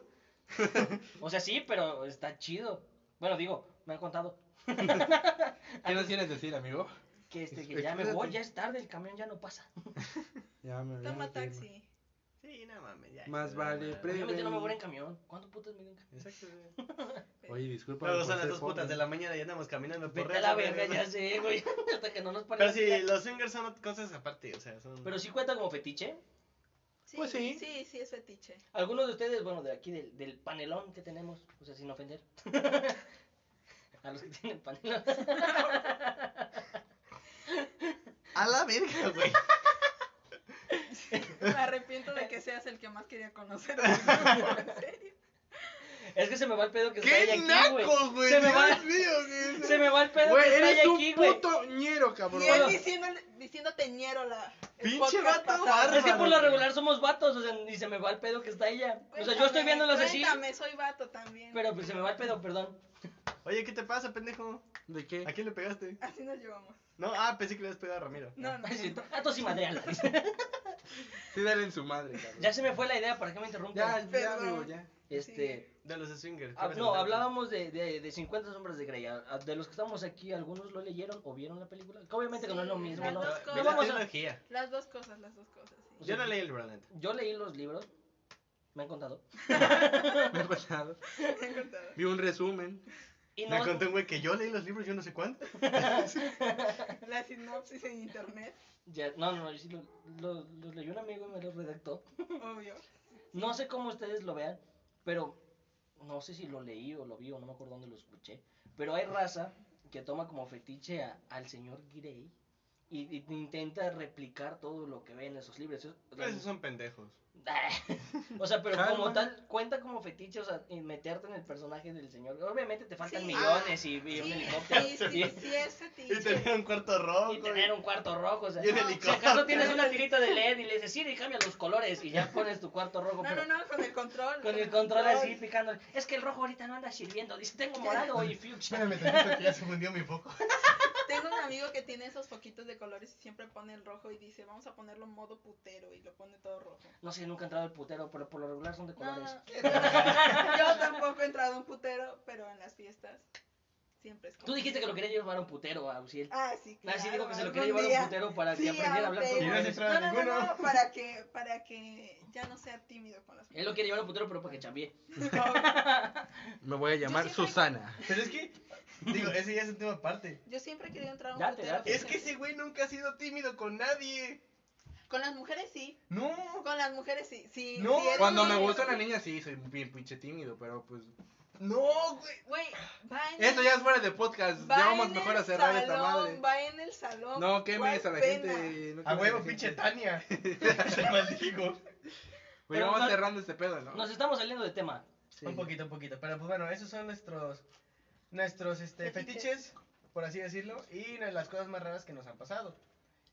C: o sea, sí, pero está chido. Bueno, digo, me han contado
B: ¿Qué nos quieres decir, amigo?
C: que, este, que ya me voy,
B: Espérate.
C: ya es tarde, el camión ya no pasa.
B: Ya me
D: Toma taxi.
A: Sí, no mames, ya.
B: Más
A: ya,
B: vale
A: ya.
B: pre-
C: Obviamente no me voy en camión. ¿Cuánto putas me dio en camión?
A: Exacto, güey.
B: Oye, disculpa.
A: Luego
B: por
A: son las
B: ser
A: dos putas
B: pobre.
A: de la mañana y andamos caminando por
C: Vete a la
A: redes,
C: verga,
A: güey.
C: ya sé, güey, <laughs> hasta que no nos pare
A: Pero
C: la
A: sí,
C: tía.
A: los swingers son cosas aparte, o sea, son.
C: Pero sí cuenta como fetiche.
D: Sí,
B: Pues sí.
D: Sí, sí, es fetiche.
C: Algunos de ustedes, bueno, de aquí del, del panelón que tenemos, o sea, sin ofender. <laughs> A los que tienen panelón.
A: A la verga,
C: <laughs>
A: güey. <laughs>
D: Me arrepiento de que seas el que más quería conocer.
C: Es que se me va el pedo que está
A: ¡Qué
C: ahí aquí, güey.
A: naco, güey!
C: Se me va-
A: ¡Dios mío, güey!
C: Se me va el pedo
B: Güey,
C: que está
B: eres
C: ahí
B: un
C: aquí, güey.
B: puto ñero, cabrón.
D: Y él diciéndole- diciéndote ñero la. el
A: Pinche
D: podcast
A: vato
D: pasado.
C: Es que por lo
A: Bárbaro.
C: regular somos vatos, o sea, y se me va el pedo que está ella. O sea, yo estoy viéndolas así,
D: Cuéntame, soy vato también.
C: pero pues se me va el pedo, perdón. <laughs>
A: Oye, ¿qué te pasa, pendejo?
B: ¿De qué?
A: ¿A quién le pegaste?
D: Así nos llevamos.
A: No, ah, pensé que le habías pegado a Ramiro.
D: No, no.
C: Ay, siento- A tos y madreala.
B: Sí, dale en su madre, cabrón.
C: <laughs> Ya se me fue la idea, ¿para qué me interrumpen?
B: ya, ya,
D: Perdón.
B: amigo, ya.
C: Este,
A: De los swingers.
C: ah,
A: ¿qué
C: no,
A: pasa?
C: hablábamos de, de, de 50 sombras de Grey. Ah, De los que estamos aquí, algunos lo leyeron o vieron la película. Que obviamente que no es lo
D: Sí,
C: mismo,
D: las
C: ¿no?
A: No,
D: dos
A: vi
D: cosas.
A: la
C: Vamos a-
A: trilogía.
D: Las dos cosas, las dos cosas.
C: <laughs>
D: sí.
A: Yo no leí el Brandon.
C: Yo leí los libros, me han contado.
B: Me he pasado.
D: Me han contado.
B: Vi un resumen.
C: Y
A: Me
C: no,
A: contó un güey que yo leí los libros, yo no sé cuánto.
D: La sinopsis en internet,
C: ya- no, no, no, yo sí lo, lo- los leí un amigo y me los redactó.
D: obvio.
C: No sé cómo ustedes lo vean, pero no sé si lo leí o lo vi o no me acuerdo dónde lo escuché. Pero hay raza que toma como fetiche a- al señor Grey y, y intenta replicar todo lo que ve en esos libros. Eso- Ah,
A: Pero
C: <laughs>
A: esos son pendejos.
C: o sea, pero como
B: Calma.
C: tal, cuenta como fetiche, o sea, y meterte en el personaje del señor. Obviamente te faltan
D: Sí.
C: millones y, y
D: Sí,
C: un helicóptero.
D: sí, sí,
C: <laughs> y-
D: sí,
A: <laughs>
D: es
A: Y
D: fetiche.
A: tenía un cuarto rojo.
C: Y tener un cuarto rojo, o sea,
A: Y un
C: si
A: helicóptero. <laughs>
C: acaso tienes una tirita de LED y le dices, Siri, cambia los colores y ya pones tu cuarto rojo,
D: No,
C: pero
D: no, no, con el control.
C: con el control así picándole. Es que el rojo ahorita no anda sirviendo, dice, tengo morado y fuchsia.
A: <laughs> Espérame, tantito que ya se fundió mi foco.
D: Tengo un amigo que tiene esos foquitos de colores y siempre pone el rojo y dice, vamos a ponerlo en modo putero y lo pone todo rojo.
C: No sé, nunca he entrado al putero, pero por lo regular son de
D: No,
C: colores.
D: <laughs> yo tampoco he entrado a un putero, pero en las fiestas siempre es como...
C: Tú dijiste que lo quería llevar a un putero, a Usiel.
D: Ah, sí, claro.
C: Nancy dijo que se lo
D: algún
C: quería llevar a
D: día.
C: un putero para que
D: Sí,
C: aprendiera a hablar con
D: ok.
A: Y no se
C: mujeres.
A: trae
D: No, no, no,
A: ninguno.
D: no, para que, para que ya no sea tímido con las
C: Él lo quiere llevar a un putero, pero para que chambie.
B: Me voy a llamar
D: Yo siempre-
B: Susana.
A: Pero es que, digo, ese ya es un tema aparte.
D: Yo siempre he querido entrar a un
C: Date,
D: putero.
C: date.
A: Es que ese güey nunca ha sido tímido con nadie.
D: Con las mujeres sí.
A: No.
D: Con las mujeres sí. sí
A: No,
D: sí, eres
B: Cuando
D: muy-
B: me gusta una niña, sí, soy bien pinche tímido, pero pues.
A: No, güey.
D: Güey, va en
B: Esto
D: el-
B: ya es fuera de podcast.
D: va
B: Ya vamos
D: en
B: mejor
D: el
B: a cerrar esta
D: salón,
B: madre.
D: Va en el salón.
B: No quemes a
D: ¿Cuál
B: la
D: pena?
B: gente. no
A: A
B: quemes
A: huevo,
B: la
A: pinche <laughs>
B: gente.
A: Tania. Te maldigo.
B: Güey,
C: Pero
B: Pues vamos
C: no-
B: cerrando este pedo, ¿no?
C: Nos estamos saliendo de tema.
B: Sí.
A: Un poquito, un poquito. Pero pues bueno, esos son nuestros nuestros este,
D: Fetiches.
A: fetiches, por así decirlo, y no- las cosas más raras que nos han pasado.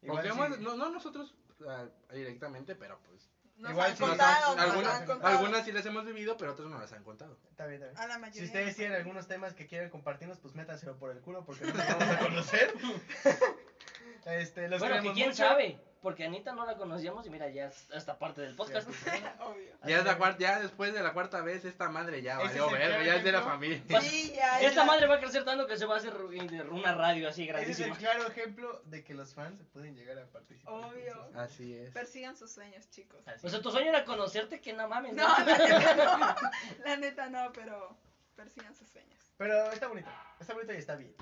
A: Igual
B: Porque
A: si-
B: hemos- no, no nosotros ah, directamente, pero pues.
D: Nos
A: Igual
D: han
A: sí nos han-
D: contado, nos
B: algunas,
D: han contado.
B: algunas sí las hemos vivido, pero otras no las han contado.
A: También, también.
D: A la mayoría.
A: Si ustedes tienen algunos temas que quieren compartirnos, pues métanselo por el culo
C: <laughs>
A: porque no nos vamos a conocer. <laughs> este, los
C: bueno, que
A: queremos
C: quién
A: mucho.
C: sabe, porque Anita no la conocíamos y mira, ya es esta parte del podcast.
D: <laughs> Obvio.
B: Ya, es la cuarta, ya después de la cuarta vez, esta madre ya
A: Ese
B: valió
A: es el
B: verga,
A: claro
B: ya es de la
A: ejemplo.
B: familia.
D: Sí,
C: <laughs>
D: ya.
C: Esta
D: ya.
C: madre va a crecer tanto que se va a hacer eh, una radio así
A: Ese es el
C: grandísima.
A: claro ejemplo de que los fans pueden llegar a participar.
D: Obvio.
B: Así es.
D: Persigan sus sueños, chicos.
C: O sea, tu sueño era conocerte, que no mames.
D: No, la neta no. La neta no, pero persigan sus sueños.
A: Pero está bonito, está bonito y está bien.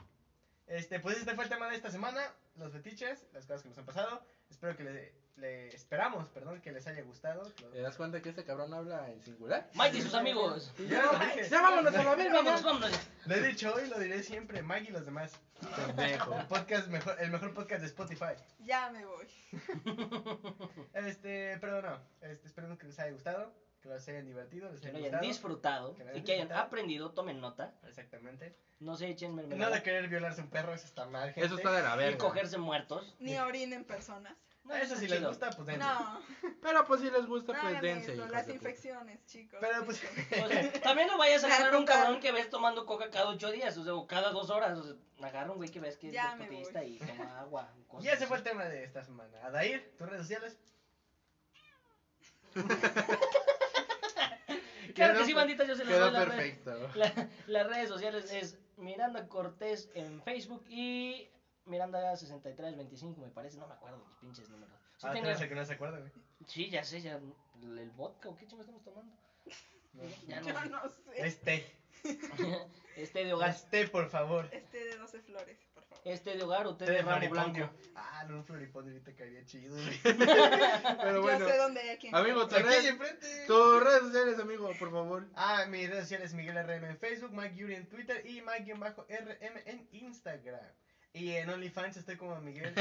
A: Este, pues este fue el tema de esta semana, los fetiches, las cosas que nos han pasado. Espero que le, le- esperamos, perdón, que les haya gustado.
B: ¿Te das cuenta que este cabrón habla en singular?
C: Mike y sus amigos.
A: Ya lo dije,
B: Ya vámonos a la verga.
C: Vámonos,
B: ya.
C: vámonos.
A: lo he dicho hoy, lo diré siempre, Mike y los demás.
B: Pendejo.
A: El podcast mejor, el mejor podcast de Spotify.
D: Ya me voy.
A: Este, pero no, este, esperemos que les haya gustado, que los hayan divertido, les
C: Que
A: haya
C: lo hayan
A: gustado.
C: disfrutado
A: Que lo hayan
C: y que hayan
A: disfrutado.
C: aprendido, tomen nota.
A: Exactamente.
C: No se echen
A: No de
C: mermelada
A: querer violarse un perro, eso está mal, gente.
B: Eso está de la
C: y
B: verga.
C: cogerse muertos.
D: Ni orinen personas.
C: No,
A: Eso
C: está
A: si les
C: chido.
A: gusta, pues denle.
D: No,
B: Pero pues si les gusta,
D: no
B: pues
D: hagan
B: dense.
D: eso.
B: hijos
D: Las
B: de puta.
D: infecciones, chicos. Este,
A: Pero pues,
B: <laughs>
A: <laughs>
C: O sea, también no
D: <laughs>
C: vayas a
D: La
C: agarrar un
D: coca.
C: cabrón que ves tomando coca cada ocho días, o sea, o cada dos horas. O sea, agarra un güey que ves que es
D: Ya me
C: deportista
D: voy.
C: y toma agua. cosas
A: y ese fue el
C: así.
A: tema de esta semana. Adair, tus redes sociales.
C: Claro
B: Quedó
C: que sí,
B: per-
C: bandita, yo se les doy
B: Quedó
C: las redes-
B: perfecto.
C: la- las redes sociales es Miranda Cortés en Facebook y Miranda6325, me parece, no me acuerdo mis pinches números. Sí,
A: Ah,
C: tengo-
A: tenés el que no se acuerda, güey.
C: sí, ya sé, ya, el el vodka, ¿o qué chingo estamos tomando? Ya no.
D: Yo no
C: Eh.
D: sé.
A: Este,
C: <laughs> Este de hogar,
A: este, por favor.
D: Este de 12 flores, por favor.
C: este de hogar, usted
A: Este
C: de
A: de
C: ramo
A: floripondio.
C: blanco.
A: Ah, no, un floripondio ahorita caería chido.
B: <laughs>
A: güey.
B: Pero bueno.
D: Yo sé dónde hay aquí. en-
B: Amigo, tus
A: Aquí
B: redes,
A: enfrente.
B: tus redes sociales, amigo, por favor.
A: Ah, mis redes sociales Miguel RM en Facebook, Mike Yuri en Twitter y Mike-RM en Instagram. Y en OnlyFans estoy como Miguel.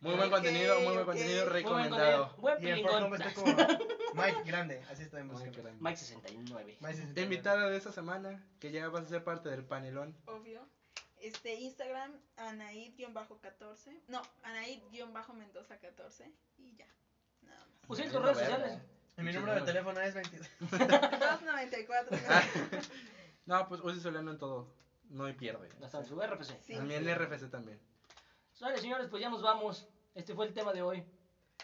B: Muy buen
D: Ok,
B: contenido, muy buen
D: ok.
B: contenido,
D: Muy
C: Muy buen
B: recomendado.
C: contenido, Buen
A: y en Pornhub
C: pilingón.
A: estoy como <laughs> Mike Grande. Así estoy en
B: Muy
A: búsqueda.
B: grande.
C: Mike 69.
A: Mike 69.
B: Invitada de esta semana, que ya vas a ser parte del panelón.
D: Obvio. Este Instagram, Anaid-14. No, Anaid-Mendoza14. Y ya. Nada
B: <laughs>
D: más.
C: Pues sí, tus redes
B: Verga.
C: sociales.
A: Y mi número de teléfono es 22.
D: 294.
B: Ah, No, pues Uzi Solano en todo. No hay pierde.
C: Hasta en su RFC.
D: Sí.
B: También RFC también.
C: Señores, señores, pues ya nos vamos. Este fue el tema de hoy.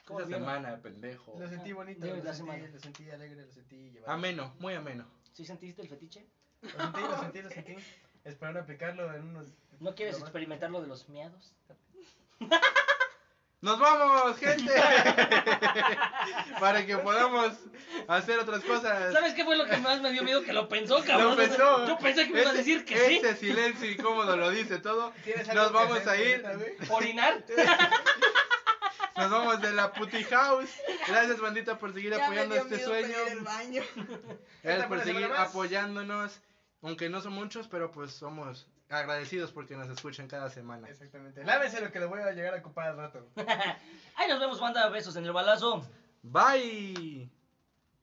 C: ¿Cómo
B: Esta
C: vieron?
B: semana, pendejo.
A: Lo sentí bonito,
C: Digo,
A: lo
C: la
A: sentí,
C: semana.
A: lo sentí alegre, lo sentí llevado.
B: Ameno, muy ameno.
C: ¿Sí sentiste el fetiche?
A: Lo sentí, lo sentí, lo sentí. Esperando aplicarlo en unos...
C: ¿No quieres
A: Lo más-
C: experimentar lo de los miados?
B: ¡Nos vamos, gente! <laughs> Para que podamos hacer otras cosas.
C: ¿Sabes qué fue lo que más me dio miedo? Que lo pensó, cabrón.
B: Lo pensó.
C: Yo pensé que me iba a
B: Ese-
C: decir que
B: Ese silencio incómodo lo dice todo.
A: ¿Tienes algo
B: Nos
A: que
B: vamos
A: hacer
B: a ir.
A: ahorita, güey?
C: sí. Orinar.
B: Nos vamos de la puti house. Gracias, bandita, por seguir
D: Ya me
B: apoyando
D: dio
B: este
D: miedo
B: sueño.
D: pedir el baño.
B: Gracias
A: Esta fue
B: por
A: la
B: seguir
A: semana más.
B: apoyándonos. Aunque no son muchos, pero pues somos agradecidos porque nos escuchan cada semana.
A: Exactamente. Lávese lo que lo voy a llegar a ocupar al rato.
C: Ahí nos vemos, banda. Besos en el balazo.
B: Bye.